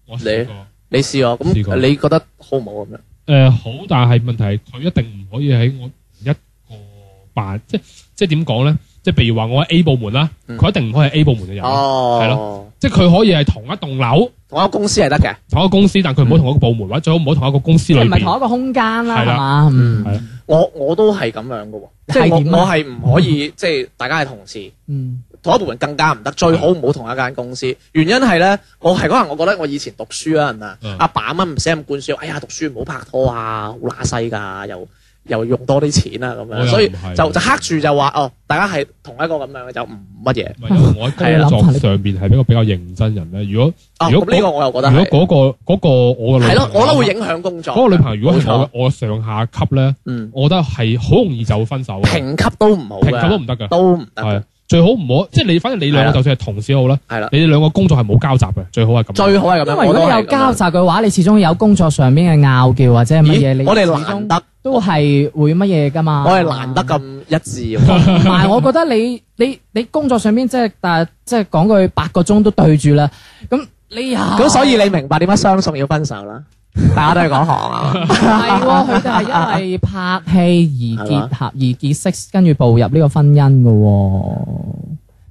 Speaker 3: 我試過
Speaker 4: 你試過
Speaker 3: 試過
Speaker 4: 咁，你覺得好唔好咁樣？
Speaker 3: 誒呃好，但係問題係佢一定唔可以喺我一個辦，即即點講咧？即譬如話我喺 A 部門啦，
Speaker 4: 嗯
Speaker 3: 佢一定唔可以係 A 部門嘅人，
Speaker 4: 哦，
Speaker 3: 係
Speaker 4: 咯，
Speaker 3: 即佢可以係同一棟樓、
Speaker 4: 同一個公司係得嘅。
Speaker 3: 同一個公司，但佢唔好同一個部
Speaker 4: 嗯
Speaker 3: 門，或者最好唔好同一個公司
Speaker 2: 即
Speaker 3: 裏
Speaker 2: 係唔係同
Speaker 3: 邊。
Speaker 2: 一個空間啦，係
Speaker 3: 係啦
Speaker 2: 嘛？嗯
Speaker 4: 我我都係咁樣嘅喎，即
Speaker 2: 係
Speaker 4: 係我
Speaker 2: 點啊
Speaker 4: 我係唔可以即係大家係同事。
Speaker 2: 嗯，
Speaker 4: 同一部門更加唔得，最好唔好同一間公司。原因係咧，我係可能我覺得我以前讀書嗰陣啊
Speaker 3: 嗯，
Speaker 4: 阿爸阿媽唔使咁灌輸，哎呀讀書唔好拍拖啊，好乸西㗎，又又用多啲錢啊咁
Speaker 3: 我又
Speaker 4: 樣，
Speaker 3: 唔
Speaker 4: 所以
Speaker 3: 係
Speaker 4: 就就黑住就話哦，大家係同一個咁樣嘅就唔乜嘢。
Speaker 3: 唔係啊因為我喺工作上邊係比較比較認真人咧。如果
Speaker 4: 哦，
Speaker 3: 如果
Speaker 4: 咁呢個 <laughs> 我又覺得
Speaker 3: 如
Speaker 4: 係
Speaker 3: 果嗰、個嗰、個我嘅女
Speaker 4: 係咯，
Speaker 3: 朋友
Speaker 4: 我覺得會影響工作。
Speaker 3: 嗰個女朋友，如果係
Speaker 4: 冇
Speaker 3: 我
Speaker 4: 錯
Speaker 3: 我上下級咧，
Speaker 4: 嗯
Speaker 3: 我覺得係好容易就會分手嘅，
Speaker 4: 評級都唔好
Speaker 3: 評級都
Speaker 4: 嘅，
Speaker 3: 唔得㗎，
Speaker 4: 都唔得
Speaker 3: 係啊
Speaker 4: 嘅，
Speaker 3: 最好唔好即係你，反正你兩
Speaker 4: 係
Speaker 3: 個
Speaker 4: 啊
Speaker 3: 就算係同事好啦，
Speaker 4: 係啦，
Speaker 3: 你哋兩個工作係冇交集嘅，最好係咁。
Speaker 4: 最好係咁啊樣。
Speaker 2: 因為如果你有交集嘅話，你始終有工作上面嘅拗撬或者係乜嘢，
Speaker 4: 咦
Speaker 2: 你
Speaker 4: 我哋
Speaker 2: 始終
Speaker 4: 難得，
Speaker 2: 都係會乜嘢噶嘛？
Speaker 4: 我係難得咁一致喎。
Speaker 2: 同埋我覺得你你你工作上面即係但係即係講句八個鐘都對住啦，咁你又
Speaker 4: 咁所以你明白點解相送要分手
Speaker 2: <laughs>
Speaker 4: 啦？大家都係講行啊。 <laughs>
Speaker 2: 係喎，佢哋係因為拍戲而結合而結識，跟住步入呢個婚姻嘅喎。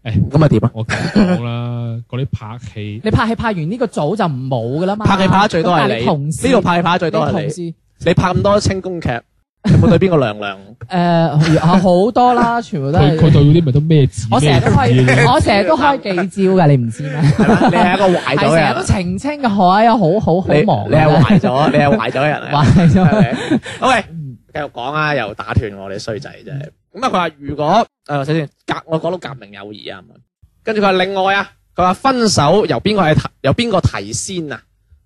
Speaker 4: 咁咪點啊？
Speaker 3: 我咁講啦， <laughs> 嗰啲拍戲
Speaker 2: 你拍戲拍完呢個組就冇噶啦嘛，
Speaker 4: 拍戲拍得最多係
Speaker 2: 啊咁但係
Speaker 4: 你，
Speaker 2: 同事
Speaker 4: 呢度拍戲拍得最多係
Speaker 2: 同
Speaker 4: 你。
Speaker 2: 事
Speaker 4: 你拍咁多清宮劇，有冇對邊個娘娘？
Speaker 2: 誒呃啊好多啦，全部都
Speaker 3: 佢佢
Speaker 2: 係。
Speaker 3: 對嗰啲咪都咩字
Speaker 2: 我成
Speaker 3: 咩
Speaker 2: 日
Speaker 3: 字
Speaker 2: 都開，
Speaker 3: 嘅
Speaker 2: 我成日都開記招嘅，你唔知咩？
Speaker 4: 係咪？你係一個壞
Speaker 2: 係
Speaker 4: 咗
Speaker 2: 成
Speaker 4: 嘅
Speaker 2: 日都 <laughs>
Speaker 4: 人，
Speaker 2: 澄清嘅海啊，好好好
Speaker 4: 你
Speaker 2: 忙。
Speaker 4: 你係壞咗，你係壞咗嘅人啊 <laughs> 嚟。
Speaker 2: 壞
Speaker 4: 係
Speaker 2: 咗。
Speaker 4: 咪 OK，繼續講啊，又打斷我哋衰仔啫。咁啊，佢話如果誒首先革，我講到革命友誼啊，咁樣跟住佢話另外啊，佢話分手由邊個係提由邊個提先啊，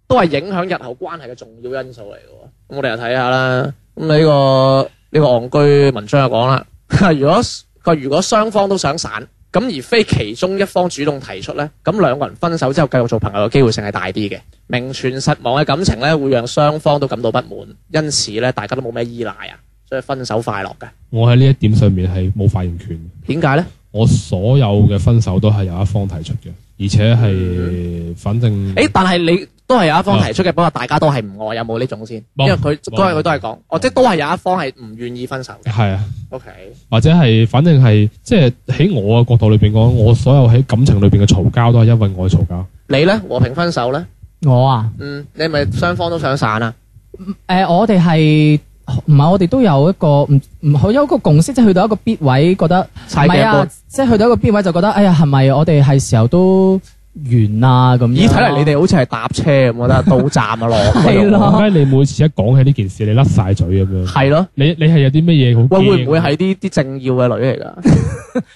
Speaker 4: 都係影響日後關係嘅重要因素嚟嘅喎。咁我哋又睇下啦。咁呢、個呢、個戇居文章就講啦， <laughs> 如果佢話如果雙方都想散，咁而非其中一方主動提出咧，咁兩個人分手之後繼續做朋友嘅機會性係大啲嘅。名存實亡嘅感情咧，會讓雙方都感到不滿，因此咧，大家都冇咩依賴啊，所以分手快樂嘅。
Speaker 3: 我喺呢一點上面係冇發言權嘅。
Speaker 4: 點解咧？
Speaker 3: 我所有嘅分手都係由一方提出嘅，而且係反正
Speaker 4: 嗯誒，但係你都係有一方提出嘅，不過大家都係唔愛，有冇呢種先？因
Speaker 3: 冇
Speaker 4: 為佢
Speaker 3: 冇
Speaker 4: 嗰日佢都係講，哦，即係都係有一方係唔願意分手嘅。
Speaker 3: 係啊，
Speaker 4: OK，
Speaker 3: 或者係反正係即係喺我嘅角度裏邊講，我所有喺感情裏邊嘅嘈交都係因為我嘈交。
Speaker 4: 你咧和平分手咧？
Speaker 2: 我啊。
Speaker 4: 嗯，你咪雙方都想散啊？
Speaker 2: 誒、我哋係唔係我哋都有一個唔唔好有一個共識，即係去到一個必位，覺得唔
Speaker 4: 踩
Speaker 2: 係
Speaker 4: 嘅
Speaker 2: 啊，即係去到一個必位就覺得，哎呀，係咪我哋係時候都完啊咁樣？
Speaker 4: 咦，睇嚟你哋好似係搭車咁，我覺得到站啊落
Speaker 2: 係
Speaker 4: 嗰度。
Speaker 2: 咯
Speaker 3: 點解你每次一講起呢件事，你甩晒嘴咁樣？
Speaker 4: 係咯，
Speaker 3: 你你係有啲乜嘢好驚？啊
Speaker 4: 喂，會唔會係啲啲政要嘅女嚟㗎？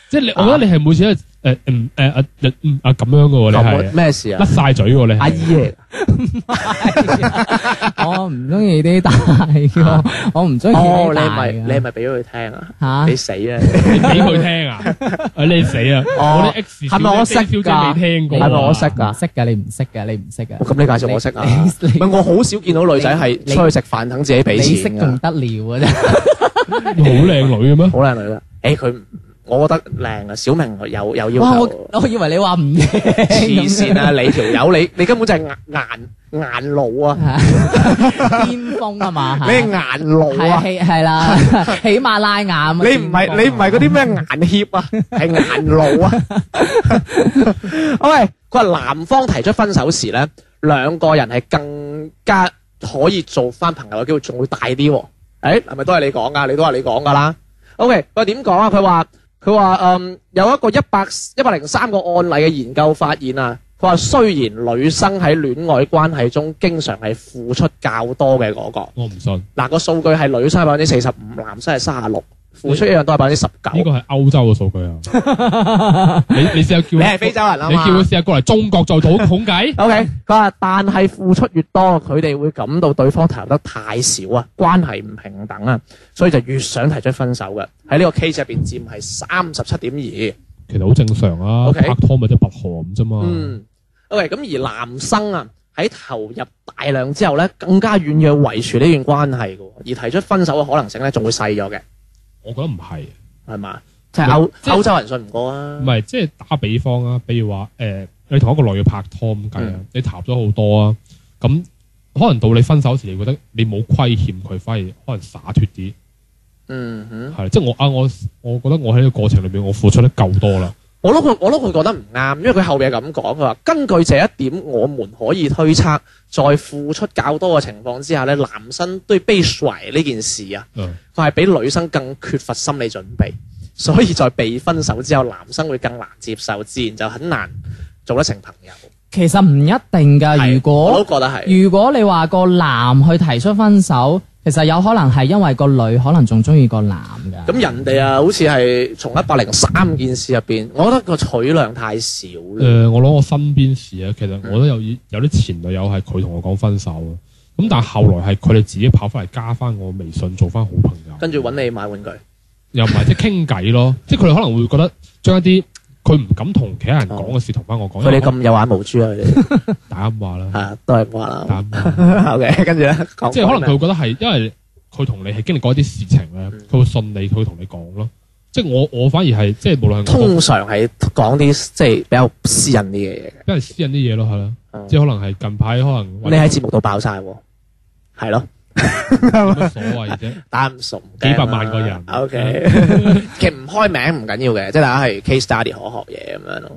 Speaker 3: 即係你？我覺得你係每次都誒嗯誒啊嗯啊咁樣嘅喎，
Speaker 4: 咁
Speaker 3: 你
Speaker 4: 咩事
Speaker 3: 係
Speaker 4: 啊？
Speaker 3: 甩晒嘴喎，你係
Speaker 4: 阿姨嚟㗎，
Speaker 2: <laughs> 我唔中意啲大
Speaker 4: <laughs>
Speaker 2: 嘅，我唔中意
Speaker 4: 哦，
Speaker 2: 啲
Speaker 4: 你
Speaker 2: 大啊
Speaker 4: 咪你
Speaker 2: 嘅
Speaker 4: 咪俾咗佢聽啊？
Speaker 2: 嚇
Speaker 4: 你。死啊！
Speaker 3: 你俾佢
Speaker 4: <laughs>
Speaker 3: 聽啊！啊你死啊！
Speaker 4: 哦
Speaker 3: 我啲 X 小
Speaker 4: 係咪我識
Speaker 3: 姐 D 小
Speaker 4: 㗎
Speaker 3: 姐未聽過啊，
Speaker 4: 係咪我識
Speaker 2: 唔
Speaker 4: 㗎
Speaker 2: 識㗎，你唔識㗎，你唔識㗎。
Speaker 4: 咁你介紹我識啊？
Speaker 2: 你
Speaker 4: 唔係我好少見到女仔係
Speaker 2: 你
Speaker 4: 出去食飯等自己俾
Speaker 2: 你識
Speaker 4: 錢
Speaker 2: 仲
Speaker 4: 㗎，
Speaker 2: 得了嘅啫，
Speaker 3: 好靚女嘅
Speaker 4: <laughs>
Speaker 3: 咩？
Speaker 4: 好靚女啦。誒佢唔，我覺得靚啊，小明有有要
Speaker 2: 哇！我
Speaker 4: 求。
Speaker 2: 我以為你話唔認
Speaker 4: 黐線啊！你條友你你根本就係硬硬硬腦啊！
Speaker 2: 巔峰啊嘛，
Speaker 4: 你
Speaker 2: 嚇
Speaker 4: 係硬腦
Speaker 2: 係
Speaker 4: 啊！
Speaker 2: 喜係啦，喜馬拉雅咁啊
Speaker 4: 你唔係你唔係嗰啲咩硬協
Speaker 2: <laughs>
Speaker 4: 啊，係硬腦啊！ <laughs> 喂，佢話男方提出分手時咧，兩個人係更加可以做翻朋友嘅機會仲會大啲喎。誒係咪都係你講噶？你都係你講噶啦。OK，佢話點講啊？佢話佢話嗯有一個一百一百零三個案例嘅研究發現啊。佢話雖然女生喺戀愛關係中經常係付出較多嘅嗰、個，
Speaker 3: 我唔信，
Speaker 4: 嗱、個數據係女生係百分之四十五，男生係三十六，付出一樣都係百分之十
Speaker 3: 呢個
Speaker 4: 九。
Speaker 3: 係歐洲嘅數據啊！你你試下叫
Speaker 4: 你係非洲人啊
Speaker 3: 你
Speaker 4: 嘛，
Speaker 3: 叫佢試下過嚟中國做統統計
Speaker 4: O K，佢話但係付出越多，佢哋會感到對方投入得太少啊，關係唔平等啊，所以就越想提出分手嘅。喺呢個 case 入邊佔係三十七點
Speaker 3: 其實好正常啊。
Speaker 4: OK
Speaker 3: 拍拖咪即係拔河咁啫嘛
Speaker 4: 二。。嗯，O K，咁而男生啊喺投入大量之後咧，更加願意去維持呢段關係嘅喎，而提出分手嘅可能性咧，仲會細咗嘅，
Speaker 3: 我覺得唔係，
Speaker 4: 係嘛？即係歐
Speaker 3: 即係
Speaker 4: 歐洲人信唔過啊
Speaker 3: 唔。係即係打比方
Speaker 4: 嗯
Speaker 3: 啊。比如話誒，你同一個女嘅拍拖咁計啊，你談咗好多啊，咁可能到你分手時，你覺得你冇虧欠佢，反而可能灑脱啲，
Speaker 4: 嗯哼，
Speaker 3: 係即係我啊，我我覺得我喺呢個過程裏邊，我付出得夠多啦，
Speaker 4: 我諗佢我諗佢覺得唔啱，因為佢後面係咁講，佢話根據這一點，我們可以推測，在付出較多嘅情況之下咧，男生對被甩呢件事啊，
Speaker 3: 嗯，
Speaker 4: 佢係比女生更缺乏心理準備， <laughs> 所以在被分手之後，男生會更難接受，自然就很難做得成朋友。
Speaker 2: 其實唔一定㗎。
Speaker 4: 係
Speaker 2: 啊如果
Speaker 4: 我都覺得係，
Speaker 2: 如果你話個男去提出分手，其實有可能係因為個女可能仲中意個男㗎。
Speaker 4: 咁人哋啊，好似係從一百零三件事入邊，我覺得個取量太少
Speaker 3: 誒、
Speaker 2: 嗯
Speaker 4: 啦。
Speaker 3: 我攞我身邊事啊，其實我都有有啲前女友係佢同我講分手啊，咁但係後來係佢哋自己跑翻嚟加翻我微信，做翻好朋友，
Speaker 4: 跟住揾你買玩具，
Speaker 3: 又唔係即係傾偈咯，即係佢哋可能會覺得將一啲佢唔敢同其他人講嘅事同翻我講，
Speaker 4: 佢哋咁有眼無珠啊！佢
Speaker 2: <laughs>
Speaker 4: 哋
Speaker 3: 打啱話啦，
Speaker 4: 啊，都係冇啦。
Speaker 3: 打啱話。
Speaker 4: <laughs> OK，跟住咧，講
Speaker 3: 即係可能佢會覺得係，因為佢同你係經歷過一啲事情咧，
Speaker 4: 嗯
Speaker 3: 佢會信你，佢會同你講咯。即係我我反而係即係無論係我
Speaker 4: 通常係講啲即係比較私人啲嘅嘢嘅。
Speaker 3: 因為私隱啲嘢咯，係啦，
Speaker 4: 嗯
Speaker 3: 即係可能係近排可能
Speaker 4: 你喺節目度爆晒喎，係咯，
Speaker 3: 有乜所謂啫？
Speaker 4: 打唔熟，
Speaker 3: 幾百萬個人
Speaker 4: O
Speaker 3: <laughs>
Speaker 4: K，其實唔開名唔緊要嘅，即係大家係 case study 可學嘢咁樣咯。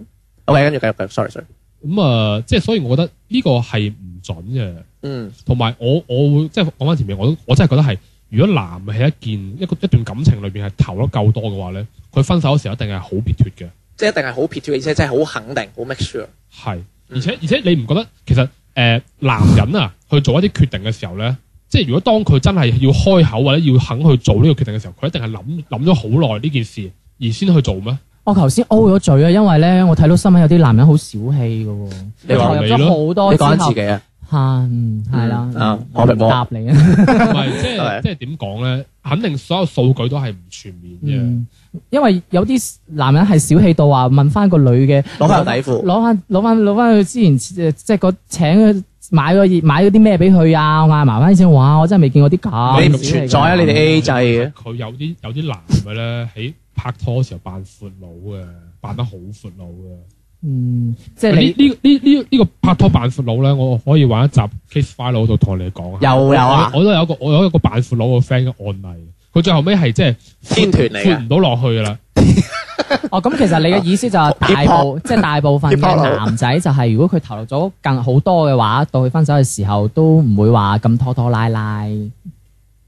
Speaker 4: OK，跟住繼續繼續，sorry sorry，
Speaker 3: 咁啊，即係所以我覺得呢個係唔準嘅，
Speaker 4: 嗯
Speaker 3: 同埋我我會即係講翻前面，我都我真係覺得係，如果男喺一件一個一段感情裏邊係投得夠多嘅話咧，佢分手嘅時候一定係好撇脱嘅。
Speaker 4: 即係一定係好撇脱，而且真係好肯定，好 make sure。
Speaker 3: 係，而且而且你唔覺得其實誒、呃男人啊去做一啲決定嘅時候咧，即係如果當佢真係要開口或者要肯去做呢個決定嘅時候，佢一定係諗諗咗好耐呢件事而先去做咩？
Speaker 2: 我頭先 O 咗嘴啊，因為咧我睇到新聞有啲男人好小氣㗎喎，
Speaker 4: 你
Speaker 2: 投
Speaker 4: 話
Speaker 2: 入
Speaker 3: 你
Speaker 2: 咗
Speaker 3: 咯
Speaker 2: 好多
Speaker 4: 你
Speaker 2: 之後
Speaker 4: 講緊自己啊？
Speaker 2: 嚇嗯係啦
Speaker 4: 嗯，啊
Speaker 2: 嗯
Speaker 4: 我明我
Speaker 2: 答你啊。
Speaker 3: 唔係即係
Speaker 4: 係
Speaker 3: 即係點講咧？肯定所有數據都係唔全面嘅。
Speaker 2: 嗯，因為有啲男人係小氣到話問翻個女嘅
Speaker 4: 攞翻條底褲，
Speaker 2: 攞翻攞翻攞翻佢之前誒即係個請佢買咗買咗啲咩俾佢啊！我嗌埋翻先，哇！我真係未見過啲咁
Speaker 4: 你
Speaker 2: 小
Speaker 4: 唔
Speaker 2: 氣嘅
Speaker 4: 存在啊！你哋 A A 制嘅，
Speaker 3: 佢有啲有啲男嘅咧喺拍拖嘅時候扮闊佬嘅，扮得好闊佬嘅。
Speaker 2: 嗯，即係
Speaker 3: 呢
Speaker 2: 你
Speaker 3: 呢呢呢呢個拍拖扮闊佬咧，我可以玩一集 case file 度同你講下。
Speaker 4: 又有啊
Speaker 3: 我我都有一個我有一個扮闊佬個 friend 嘅案例，佢最後尾係即係
Speaker 4: 天團嚟
Speaker 3: 闊
Speaker 4: 嘅
Speaker 3: 唔。到落去㗎啦。
Speaker 2: <laughs> 哦咁，其實你嘅意思就係大部即係大部分
Speaker 4: Hip hop
Speaker 2: 嘅男仔就係如果佢投入咗更好多嘅話，到佢分手嘅時候都唔會話咁拖拖拉拉。
Speaker 4: 啊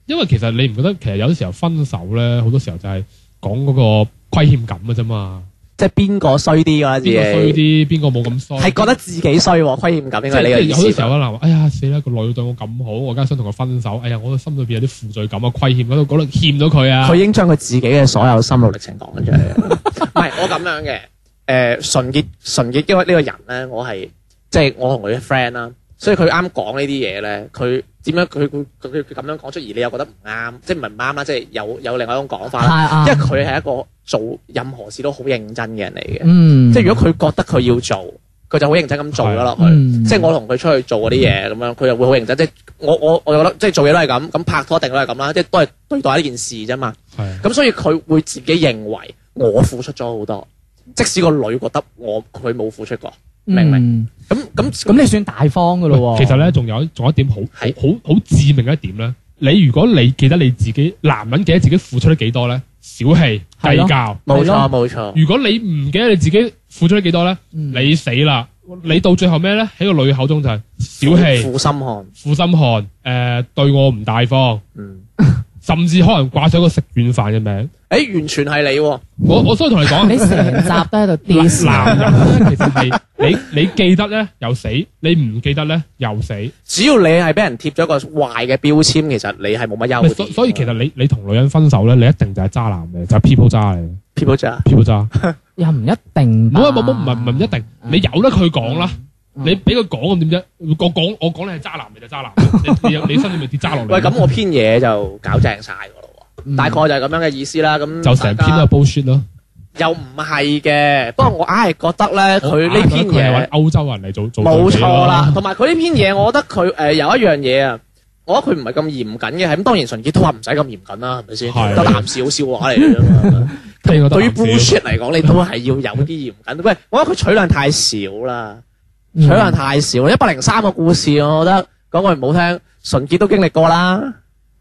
Speaker 3: 因為其實你唔覺得其實有啲時候分手咧，好多時候就係講嗰個虧欠感嘅啫嘛。
Speaker 4: 即係邊個衰啲㗎？自
Speaker 3: 邊
Speaker 4: 己
Speaker 3: 個衰啲，邊個冇咁衰。
Speaker 4: 係覺得自己衰喎，虧欠感應
Speaker 3: 即
Speaker 4: 該係你嘅
Speaker 3: 係即
Speaker 4: 意
Speaker 3: 係好多
Speaker 4: 思
Speaker 3: 時候
Speaker 4: 吧。
Speaker 3: 可能話：哎呀死啦，個女對我咁好，我而家想同佢分手。哎呀，我心裏邊有啲負罪感啊，虧欠嗰度嗰度欠咗佢啊
Speaker 4: 佢。已經將佢自己嘅所有心路歷程講咗出嚟。唔係我咁樣嘅，誒純潔純潔，因為呢個人咧，我係即係我同佢嘅 friend 啦，所以佢啱講呢啲嘢咧，佢點樣佢佢佢佢佢咁樣講出，而你又覺得唔啱，即係唔係唔啱啦，即係有有另外一種講法
Speaker 2: 係
Speaker 4: 啦。
Speaker 2: 啊
Speaker 4: 因為，佢係一個做任何事都好認真嘅人嚟嘅，
Speaker 2: 嗯，
Speaker 4: 即係如果佢覺得佢要做，佢就好認真咁做咗落去。
Speaker 2: 嗯
Speaker 4: 即係我同佢出去做嗰啲嘢咁樣，佢又會好認真。即係我我我覺得即係做嘢都係咁，咁拍拖一定都係咁啦，即係都係對待呢件事啫嘛。
Speaker 3: 係啊
Speaker 4: 咁所以佢會自己認為我付出咗好多，即使個女覺得我佢冇付出過。明唔
Speaker 2: 明，
Speaker 4: 咁咁
Speaker 2: 咁你算大方噶咯喎。
Speaker 3: 其實咧，仲有仲有一點好好
Speaker 4: 係
Speaker 3: 好好致命嘅一點咧。你如果你記得你自己男人記得自己付出咗幾多咧，小氣
Speaker 2: 係咯
Speaker 3: 計較。
Speaker 2: 係咯
Speaker 4: 冇錯冇錯，
Speaker 3: 如果你唔記得你自己付出咗幾多咧，
Speaker 2: 嗯，
Speaker 3: 你死啦！你到最後咩咧？喺個女口中就係小氣、
Speaker 4: 負心漢。
Speaker 3: 負心漢，誒、呃對我唔大方，
Speaker 4: 嗯，
Speaker 3: 甚至可能掛上一個食軟飯嘅名。
Speaker 4: 誒完全係你喎，
Speaker 3: 我我所以同你講，啊 <laughs>
Speaker 2: 你成集都喺度 diss
Speaker 3: 男人咧其實係你你記得咧又死，你唔記得咧又死。
Speaker 4: 只要你係俾人貼咗個壞嘅標籤，其實你係冇乜優
Speaker 3: 咪
Speaker 4: 點
Speaker 3: 所所以其實你你同女人分手咧，你一定就係渣男嚟，就係 people 渣嚟
Speaker 4: people 啊咋，
Speaker 3: ，people 渣。
Speaker 2: 又唔一定
Speaker 3: 冇
Speaker 2: 吧。
Speaker 3: 啊冇冇，唔係唔係唔一定，你由得佢講啦。
Speaker 2: 嗯
Speaker 3: 你俾佢講咁點啫？我講我講你係渣男，你就
Speaker 4: <laughs>
Speaker 3: 渣男。你你你身上咪跌渣落嚟。
Speaker 4: 喂咁我篇嘢就搞正晒㗎咯
Speaker 2: 嗯
Speaker 4: 喎，大概就係咁樣嘅意思啦。咁
Speaker 3: 就成
Speaker 4: 大
Speaker 3: 篇都
Speaker 4: 家
Speaker 3: 係 bullshit 咯。
Speaker 4: 又唔係嘅，不過我硬係覺得咧，佢呢篇
Speaker 3: 我硬啊係覺得佢係
Speaker 4: 嘢
Speaker 3: 揾歐洲人嚟做做
Speaker 4: 冇
Speaker 3: 對比
Speaker 4: 錯
Speaker 3: 咯
Speaker 4: 啦，。同埋佢呢篇嘢，我覺得佢誒、呃有一樣嘢啊，我覺得佢唔係咁嚴謹嘅，係咁當然純潔都話唔使咁嚴謹啦，係咪先？
Speaker 3: 係
Speaker 4: 得男士好笑話嚟嘅
Speaker 3: <laughs>
Speaker 4: 啫嘛。
Speaker 3: 即係我覺得
Speaker 4: 對於
Speaker 3: 男士
Speaker 4: bullshit 嚟講，你都係要有啲嚴謹。
Speaker 3: 嗯
Speaker 4: 喂，我覺得佢取量太少啦，取量太少啦，一百零三個故事，我覺得講句唔好聽，純潔都經歷過
Speaker 3: <laughs>
Speaker 4: 啦。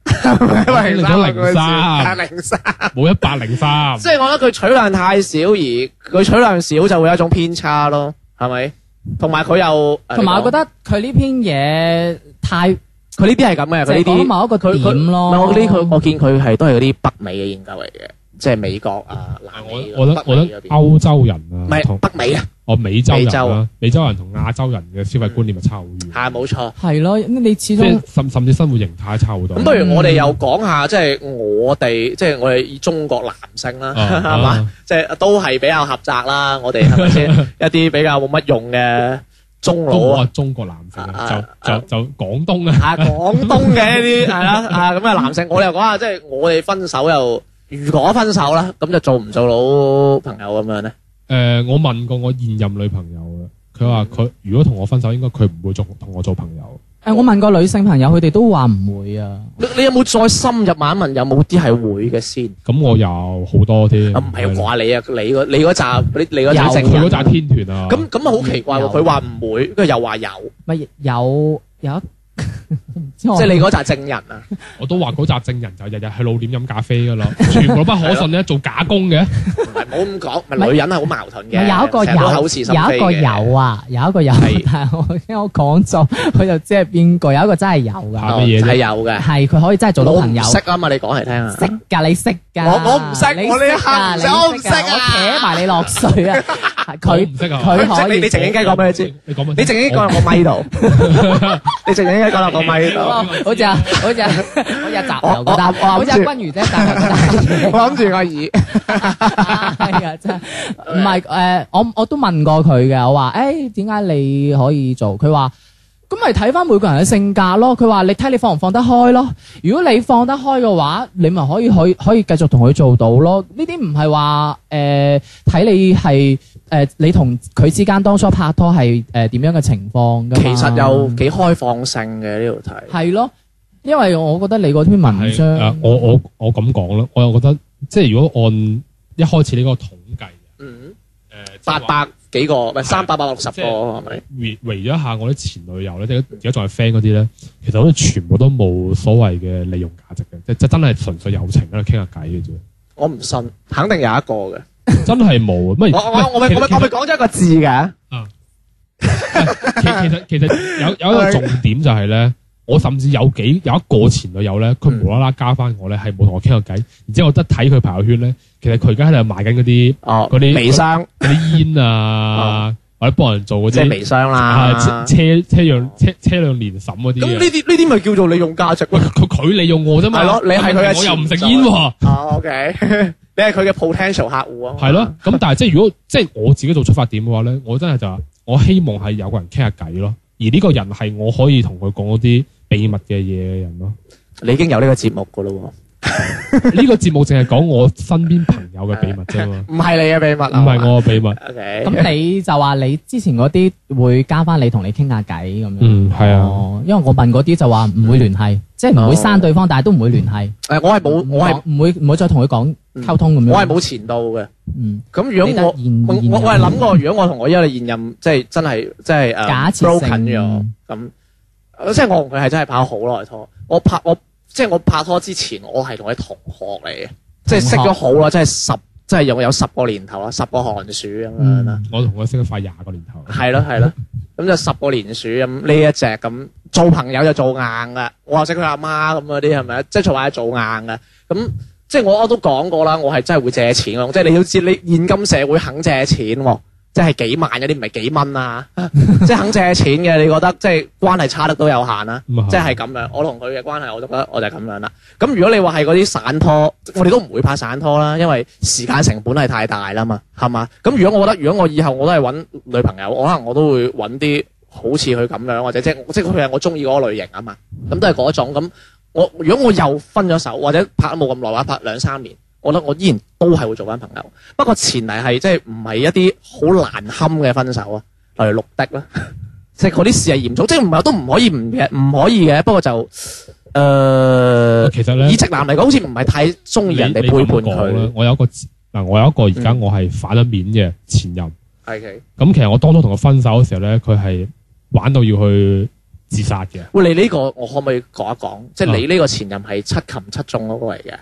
Speaker 3: 經歷咗零三
Speaker 4: 啊零三，
Speaker 3: 冇一百零三，
Speaker 4: 即係我覺得佢取量太少，而佢取量少就會有一種偏差咯，係咪？同埋佢又，呃
Speaker 2: 同埋我覺得佢呢篇嘢太
Speaker 4: 佢呢啲係咁嘅，佢
Speaker 2: 就
Speaker 4: 呢
Speaker 2: 係講
Speaker 4: 啲
Speaker 2: 某一個
Speaker 4: 佢佢
Speaker 2: 點咯
Speaker 4: 唔係我呢佢，我見佢係都係嗰啲北美嘅研究嚟嘅，即係美國啊、南
Speaker 3: 我
Speaker 4: 美嗰
Speaker 3: 我覺得
Speaker 4: 北
Speaker 3: 我
Speaker 4: 美
Speaker 3: 覺
Speaker 4: 嗰
Speaker 3: 得
Speaker 4: 邊
Speaker 3: 歐洲人啊，
Speaker 4: 唔係
Speaker 3: 同
Speaker 4: 北美啊，
Speaker 3: 哦美洲人
Speaker 4: 美洲
Speaker 3: 啦
Speaker 4: 啊，
Speaker 3: 美洲人同亞洲人嘅消費觀念就差好遠，
Speaker 4: 係冇錯。
Speaker 2: 係咯，你始
Speaker 3: 即
Speaker 2: 終
Speaker 3: 係甚甚至生活形態差好多
Speaker 4: 咁。不如我哋又講下，即係我哋，即係我哋以中國男性啦，
Speaker 3: 啊
Speaker 4: <laughs> 係嘛
Speaker 3: 啊？
Speaker 4: 即係都係比較狹窄啦，我哋
Speaker 3: <laughs>
Speaker 4: 係咪先？一啲比較冇乜用嘅中
Speaker 3: 中
Speaker 4: 老
Speaker 3: 國
Speaker 4: 啊，
Speaker 3: 哦中國男性
Speaker 4: 啊
Speaker 3: 啊
Speaker 4: 啊啊
Speaker 3: 就就就廣東啊，
Speaker 4: 啊廣東嘅一啲係啦，啊咁嘅男性，我哋又講下，即係我哋分手又，如果分手啦，咁就做唔做老朋友咁樣咧？
Speaker 3: 誒呃我問過我現任女朋友啊，佢
Speaker 4: 嗯
Speaker 3: 話佢如果同我分手，應該佢唔會做同我做朋友。
Speaker 2: 誒，我問過女性朋友，佢哋都話唔會啊。
Speaker 4: 你你有冇再深入問一問有冇啲係會嘅先？
Speaker 3: 咁我有好多添，
Speaker 4: 嗯啊唔係
Speaker 3: 係啦
Speaker 4: 話你啊，你嗰你嗰扎你你嗰扎
Speaker 2: 有
Speaker 4: 正
Speaker 3: 佢嗰
Speaker 4: 人
Speaker 3: 扎天團啊，
Speaker 4: 咁咁啊好奇怪喎！
Speaker 2: 有
Speaker 4: 佢話唔會，跟住又話有，
Speaker 2: 咪有有一，即
Speaker 4: 即係你嗰扎正人啊！
Speaker 3: 我都話嗰扎證人就日日去老點飲咖啡噶
Speaker 4: <laughs>
Speaker 3: 啦，全部都不可信咧，做假工嘅。
Speaker 4: 唔係冇咁講，咪女人係好矛盾嘅，
Speaker 2: 有一個
Speaker 4: 成日都口是心非
Speaker 2: 有，有一個
Speaker 4: 嘅
Speaker 2: 有啊，有一個有
Speaker 4: 係，
Speaker 2: 但係我因為我講咗，佢就知係邊個。有一個真係有㗎，
Speaker 3: 嚇乜嘢啫
Speaker 4: 係有嘅，
Speaker 2: 係佢可以真係做到
Speaker 4: 我
Speaker 2: 朋
Speaker 4: 唔
Speaker 2: 友。
Speaker 4: 識啊嘛，你講嚟聽啊
Speaker 2: 識。㗎，
Speaker 4: <laughs>
Speaker 2: 你識㗎。
Speaker 4: 我我唔識
Speaker 2: 你
Speaker 4: 我呢一刻
Speaker 2: 㗎
Speaker 4: 唔
Speaker 2: 你
Speaker 4: 識我唔識啊
Speaker 2: 㗎我扯埋你落水
Speaker 4: <laughs>
Speaker 2: 啊！
Speaker 3: 我
Speaker 2: 佢
Speaker 3: 唔識啊
Speaker 2: 佢
Speaker 4: 唔識
Speaker 2: 可以。
Speaker 4: 你你靜影雞講俾佢知，
Speaker 3: 你講乜？
Speaker 4: 你靜影雞講落個咪度，你靜影雞講落個咪度。
Speaker 2: 好好似啊，好似啊，好似啊，集
Speaker 4: 我
Speaker 2: 郵嗰單，
Speaker 4: 我我
Speaker 2: 好似啊，
Speaker 4: 諗住
Speaker 2: 君如姐集郵嗰單嘢。
Speaker 4: 我諗住我耳，
Speaker 2: <laughs> 係啊，真係唔係誒，我我都問過佢嘅，我話誒點解你可以做？佢話咁咪睇翻每個人嘅性格咯。佢話你睇你放唔放得開咯。如果你放得開嘅話，你咪可以可以可以繼續同佢做到咯。呢啲唔係話誒睇你係誒、呃你同佢之間當初拍拖係誒點樣嘅情況㗎嘛
Speaker 4: 其實又幾開放性嘅呢度睇。
Speaker 2: 係咯，因為我覺得你嗰篇文
Speaker 3: 係
Speaker 2: 章
Speaker 3: 啊，我我我咁講啦，我又覺得即係如果按一開始呢個統計，呃
Speaker 4: 嗯，
Speaker 3: 誒
Speaker 4: 八百幾個，唔係三百八六十個
Speaker 3: 即係
Speaker 4: 係咪？
Speaker 3: 圍圍咗一下我啲前女友咧，即係而家仲係 friend 嗰啲咧，其實好似全部都冇所謂嘅利用價值嘅，即即真係純粹友情喺度傾下偈嘅啫，
Speaker 4: 我唔信，肯定有一個嘅。
Speaker 3: 真係冇啊！乜
Speaker 4: 我我我咪我咪我咪講咗一個字嘅，
Speaker 3: 其其實其實有有一個重點就係咧，我甚至有幾有一個前女友咧，佢
Speaker 4: 嗯
Speaker 3: 無啦啦加翻我咧，係冇同我傾過偈，然之後我得睇佢朋友圈咧，其實佢而家喺度賣緊嗰啲
Speaker 4: 哦，
Speaker 3: 嗰啲
Speaker 4: 微商
Speaker 3: 嗰啲煙啊，或者幫人做嗰
Speaker 4: 哦即係
Speaker 3: 啲
Speaker 4: 微商
Speaker 3: 啊
Speaker 4: 啦。
Speaker 3: 車車輛車車輛年審嗰啲
Speaker 4: 咁呢
Speaker 3: 啊。
Speaker 4: 啲呢啲咪叫做利用價值咯
Speaker 3: 喂，。佢佢利用我啫嘛，
Speaker 4: 係咯你係佢嘅
Speaker 3: 我又唔食
Speaker 4: 潛在
Speaker 3: 煙喎，
Speaker 4: 哦，OK，你係佢嘅 potential 客戶啊，
Speaker 3: 係咯。咁但係即係如果即係我自己做出發點嘅話咧，我真係就話我希望係有個人傾下偈咯，而呢個人係我可以同佢講嗰啲秘密嘅嘢嘅人
Speaker 4: <laughs>
Speaker 3: 咯。
Speaker 4: 你已經有呢個節目噶咯
Speaker 3: 呢個節目淨係講我身邊朋友嘅秘密啫嘛，
Speaker 4: <laughs> 喎，唔係你嘅秘密
Speaker 3: 唔
Speaker 4: 啊，
Speaker 3: 係我嘅
Speaker 4: <laughs>
Speaker 3: 秘密。
Speaker 4: ，OK，
Speaker 2: 咁你就話你之前嗰啲會加翻你同你傾下偈咁樣。
Speaker 3: 嗯，係啊，
Speaker 2: 哦，因為我問嗰啲就話唔會聯繫，即係唔會刪對方，但係都唔會聯繫。
Speaker 4: 誒，我係冇，我係
Speaker 2: 唔講唔會唔會再同佢講溝通咁樣。
Speaker 4: 我係，冇前度嘅，
Speaker 2: 嗯，
Speaker 4: 咁如
Speaker 2: 你得
Speaker 4: 果
Speaker 2: 現
Speaker 4: 我我
Speaker 2: 現
Speaker 4: 我
Speaker 2: 任
Speaker 4: 我係諗過，如果我同我因為現任即係真係即係
Speaker 2: 假
Speaker 4: 誒
Speaker 2: 設性
Speaker 4: broken 咗咁，呃即係我同佢係真係拍咗好耐拖，我拍我即係我拍拖之前，我係同佢同學嚟嘅，即係識咗好啦，即係十即係有有十個年頭啦，十個寒暑咁樣啦。
Speaker 2: 嗯
Speaker 3: 我同佢識咗快廿個年頭，
Speaker 4: 係咯係咯，咁就十個連鼠咁呢一隻咁做朋友就做硬啦，我又識佢阿媽咁嗰啲係咪？啊即係做話做硬嘅，咁即係我我都講過啦，我係真係會借錢喎，即係你都知你現今社會肯借錢喎。即係幾萬嗰啲唔係幾蚊啊！ <laughs> 即係肯借錢嘅，你覺得即係關係差得都有限啦、
Speaker 3: 咁啊
Speaker 4: 即係咁樣，我同佢嘅關係，我就覺得我就係咁樣啦。咁如果你話係嗰啲散拖，我哋都唔會拍散拖啦，因為時間成本係太大啦嘛，係嘛？咁如果我覺得，如果我以後我都係揾女朋友，我可能我都會揾啲好似佢咁樣，或者即係即係佢係我中意嗰個類型啊嘛。咁都係嗰種咁。我如果我又分咗手，或者拍得冇咁耐，或者拍兩三年，我覺得我依然都係會做翻朋友。不過前提係即係唔係一啲好難堪嘅分手啊，例如綠的啦。 <laughs> 即係嗰啲事係嚴重，即係唔係都唔可以唔嘅，唔可以嘅。不過就誒、呃，
Speaker 3: 其實咧
Speaker 4: 以，直男嚟講，好似唔係太中意人哋
Speaker 3: 你
Speaker 4: 背
Speaker 3: 你咁
Speaker 4: 叛
Speaker 3: 講啦
Speaker 4: 佢。
Speaker 3: 我有一個嗱，我有一個而家
Speaker 4: 嗯
Speaker 3: 我係反咗面嘅前任。
Speaker 4: 係嘅，
Speaker 3: 咁其實我當初同佢分手嘅時候咧，佢係玩到要去自殺嘅。
Speaker 4: 喂，你呢個我可唔可以講一講？即
Speaker 3: 啊
Speaker 4: 係你呢個前任係七擒七縱嗰個嚟嘅，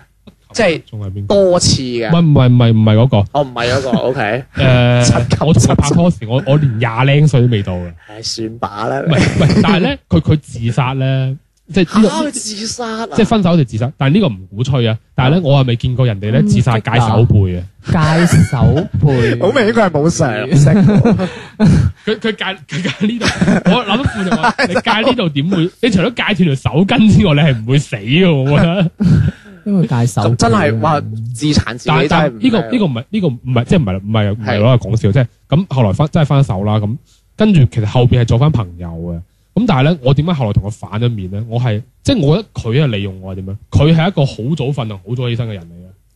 Speaker 4: 即係
Speaker 3: 仲係邊個？
Speaker 4: 多次
Speaker 3: 唔係
Speaker 4: 嘅。哦
Speaker 3: 唔係唔係唔係嗰個。
Speaker 4: 我唔係
Speaker 3: <laughs>
Speaker 4: 嗰個，OK。
Speaker 3: 誒
Speaker 4: 七 <laughs> 級
Speaker 3: 我同佢拍拖時，我我連廿零歲都未到嘅。
Speaker 4: 唉，算把啦
Speaker 3: 唔。係
Speaker 4: <laughs>
Speaker 3: 唔係，但係咧，佢佢自殺咧，即係
Speaker 4: 嚇
Speaker 3: 呢個
Speaker 4: 佢自殺啊！
Speaker 3: 即係分手就自殺，但係呢個唔鼓吹啊。但係咧，我係未見過人哋
Speaker 4: 嗯
Speaker 3: 咧自殺解手背啊。
Speaker 2: 戒手背，
Speaker 4: <laughs> 好明顯佢係啊冇常識喎。
Speaker 3: 佢佢戒佢戒呢度，
Speaker 4: <laughs>
Speaker 3: 我諗副就話你戒呢度點會？你除咗戒斷條手筋之外，你係唔會死嘅。我覺得，
Speaker 2: 因為戒手
Speaker 4: 咁
Speaker 2: 背
Speaker 4: 真係哇，自殘自
Speaker 3: 但係
Speaker 4: 己
Speaker 3: 但
Speaker 4: 真係
Speaker 3: 係
Speaker 4: 唔
Speaker 3: 呢個
Speaker 4: 係啊
Speaker 3: 呢個唔係呢個唔係即係唔係唔係唔係
Speaker 4: 係
Speaker 3: 攞嚟講笑，即係咁後來分真係分手啦。咁跟住其實後邊係做翻朋友嘅。咁但係咧，我點解後來同佢反咗面咧？我係即係我覺得佢係利用我係點樣？佢係一個好早瞓同好早起身嘅人嚟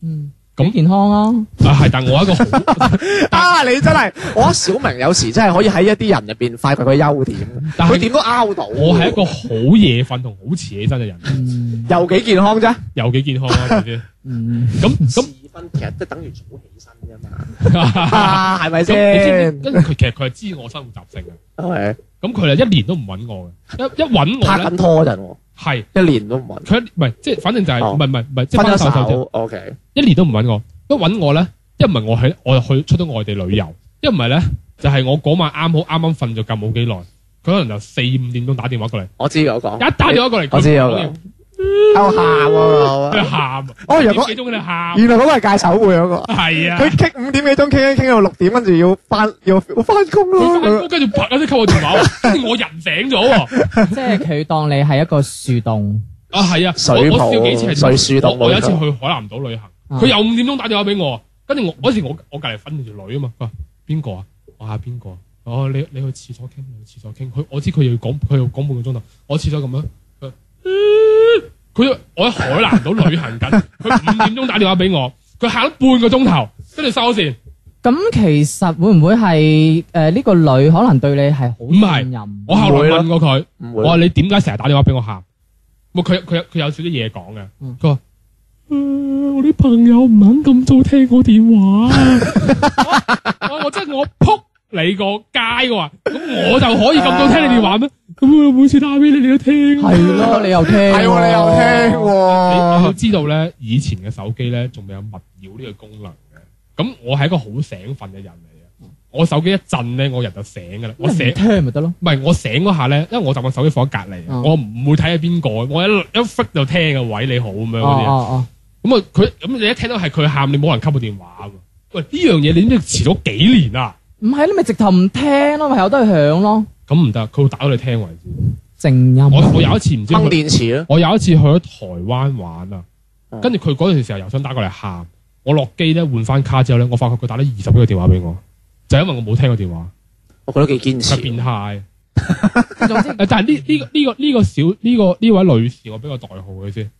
Speaker 2: 嗯
Speaker 3: 咁
Speaker 2: 幾健康啊！
Speaker 4: <laughs>
Speaker 3: 嘅。啊係，但我係一個好，
Speaker 4: 啊！你真係，我覺得小明有時真係可以喺一啲人入邊發掘佢優點，
Speaker 3: 但
Speaker 4: 佢
Speaker 3: 係
Speaker 4: 點都 out 到。
Speaker 3: 我係一個好夜瞓同好遲起身嘅人，
Speaker 2: 嗯 <laughs>
Speaker 4: 又幾健康啫，
Speaker 3: 有幾健康啊？係咪先
Speaker 2: 嗯，
Speaker 4: <laughs>
Speaker 3: 咁咁。
Speaker 4: 二分其實即係等於早起身啫嘛，
Speaker 3: <laughs> 咁
Speaker 4: 啊係咪
Speaker 3: 你知唔
Speaker 4: 先
Speaker 3: 知？跟住佢其實佢係知我生活習性嘅，
Speaker 4: 係
Speaker 3: 咁佢係一年都唔揾我嘅，一一揾
Speaker 4: 拍
Speaker 3: 我咧
Speaker 4: 緊拖嗰陣喎，
Speaker 3: 係
Speaker 4: 一年都唔揾，
Speaker 3: 佢一唔係即係反正就係
Speaker 4: 哦
Speaker 3: 唔係唔係唔係即係
Speaker 4: 分
Speaker 3: 分
Speaker 4: 咗
Speaker 3: 手就啫
Speaker 4: 手，OK，
Speaker 3: 一年都唔揾我，一揾我咧，一唔係我喺我就去出到外地旅遊，一唔係咧就係我嗰晚啱好啱啱瞓咗覺冇幾耐，佢可能就四五點鐘打電話過嚟，
Speaker 4: 我知嗰個，
Speaker 3: 一打電話過嚟，
Speaker 4: 我知有個
Speaker 3: 佢
Speaker 4: 喺度
Speaker 3: <laughs>
Speaker 4: 喊喎
Speaker 3: 佢，喊，啊
Speaker 4: 哦原來
Speaker 3: 點幾鐘喺度喊，啊
Speaker 4: 原來嗰個係戒手會嗰個，
Speaker 3: 係啊，
Speaker 4: 佢傾五點幾鐘傾傾傾到六點，跟住要翻要翻工
Speaker 3: 佢翻
Speaker 4: 咯
Speaker 3: 工，跟住啪一聲溝我電話喎，跟
Speaker 4: <laughs>
Speaker 3: 住我人醒咗喎，
Speaker 2: 即係佢當你係一個樹洞，
Speaker 3: 啊係啊，
Speaker 4: 水
Speaker 3: 我
Speaker 4: 泡
Speaker 3: 我試過幾次係
Speaker 4: 水樹洞
Speaker 3: 我我有一次
Speaker 4: 冇錯
Speaker 3: 去海南島旅行。
Speaker 2: 啊
Speaker 4: 嗯
Speaker 3: 佢又五點鐘打電話俾我，跟住我嗰時我我隔離瞓住條女啊嘛，佢話邊個啊？我話邊個啊？哦，你你去廁所傾，你去廁所傾。佢我知佢要講，佢要講半個鐘頭。我廁所咁樣，佢話嗯佢我喺海南島旅行緊，佢五點鐘打電話俾我，佢行咗半個鐘頭，跟住收線。
Speaker 2: 咁其實會唔會係誒呢個女可能對你係
Speaker 3: 唔係
Speaker 2: 好信任？
Speaker 3: 我後來問過佢，
Speaker 4: 唔
Speaker 3: 我話你點解成日打電話俾我喊？冇佢佢佢有少少嘢講嘅
Speaker 2: 嗯，
Speaker 3: 佢話。呃我啲朋友唔肯咁早聽我電話啊，我我我真係我撲你個街嘅話，咁我就可以咁早聽你電話咩？咁我每次打俾你，你都聽啊。
Speaker 2: 係咯，你又聽，
Speaker 4: 係喎，你又聽
Speaker 3: 你要
Speaker 4: 喎，
Speaker 3: 知道咧，以前嘅手機咧仲未有勿擾呢個功能嘅。咁我係一個好醒瞓嘅人嚟嘅，我手機一震咧，我人就醒噶啦，我
Speaker 2: 你
Speaker 3: 醒
Speaker 2: 唔。聽咪得咯。
Speaker 3: 唔係我醒嗰下咧，因為我就個手機放喺隔離，
Speaker 2: 嗯
Speaker 3: 我唔會睇係邊個，我一一 f 就聽嘅喂你好咁樣
Speaker 2: 哦
Speaker 3: 嗰啲。
Speaker 2: 哦
Speaker 3: 咁啊，佢咁你一聽到係佢喊，你冇人扱部電話喎。喂，呢樣嘢你知唔知遲咗幾年啊？
Speaker 2: 哦，唔係你咪直頭唔聽咯，咪由得佢響咯，
Speaker 3: 咁唔得，佢會打到你聽為止。
Speaker 2: 靜音。
Speaker 3: 我我有一次唔知
Speaker 4: 掹
Speaker 3: 去，
Speaker 4: 電池咯，
Speaker 3: 我有一次去咗台灣玩啊，
Speaker 4: 嗯
Speaker 3: 跟住佢嗰陣時候郵箱打過嚟喊，我落機咧換翻卡之後咧，我發覺佢打咗二十幾個電話俾我，就因為我冇聽過電話，
Speaker 4: 我覺得幾堅
Speaker 3: 佢變
Speaker 4: 持。
Speaker 3: 態。
Speaker 2: 總之
Speaker 3: 誒但係呢呢個呢個呢個小呢個呢位女士，我俾個代號佢先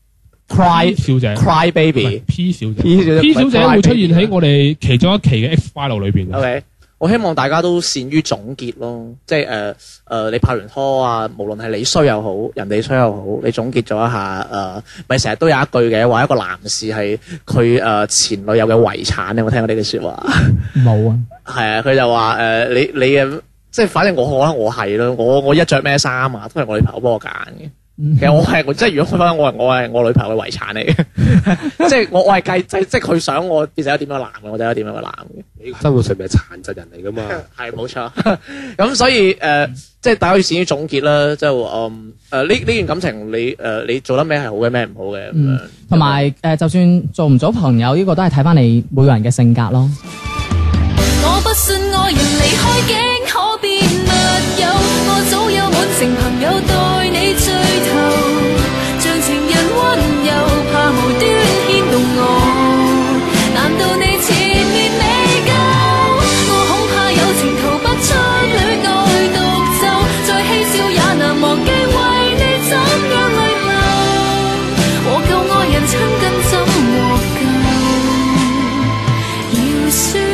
Speaker 4: Cry
Speaker 3: 小姐。
Speaker 4: Cry
Speaker 3: 唔
Speaker 4: Baby
Speaker 3: 係。P 小姐
Speaker 4: P 小姐
Speaker 3: ，P 小姐會啊出現喺我哋其中一期嘅 X file 裏邊
Speaker 4: O、
Speaker 3: 嘅。
Speaker 4: k 我希望大家都善於總結咯，即係誒誒，你拍完拖啊，無論係你衰又好，人哋衰又好，你總結咗一下誒，咪成日都有一句嘅話，一個男士係佢誒前女友嘅遺產，你有冇聽過呢句説話？ <laughs>
Speaker 2: 冇啊，
Speaker 4: 係啊，佢就話誒、你你嘅即係反正我可能我係咯，我我一着咩衫啊，都係我女朋友幫我揀嘅。
Speaker 2: 嗯
Speaker 4: 其實我係我即係如果佢翻我係我係我女朋友嘅遺產嚟嘅， <laughs> 即係我我係計即係即係佢想我變成一個點樣嘅男嘅，我就係一個點樣嘅男嘅。
Speaker 5: 你生活上面係殘疾人嚟噶嘛？
Speaker 4: 係冇錯， <laughs> 咁所以誒、呃即係大家要善於總結啦，即係話嗯誒呢呢段感情你誒、呃你做得咩係好嘅，咩唔好嘅咁樣
Speaker 2: 嗯，同埋誒，就算做唔做朋友，呢個都係睇翻你每個人嘅性格咯。
Speaker 6: 我不信愛人離開境可變密友，我早有滿城朋友待你醉頭，像情人温柔，怕無端牽動我。難道你前面未夠？我恐怕友情逃不出戀愛獨奏，再嬉笑也難忘記為你怎樣淚流。和舊愛人親近怎獲救？要說。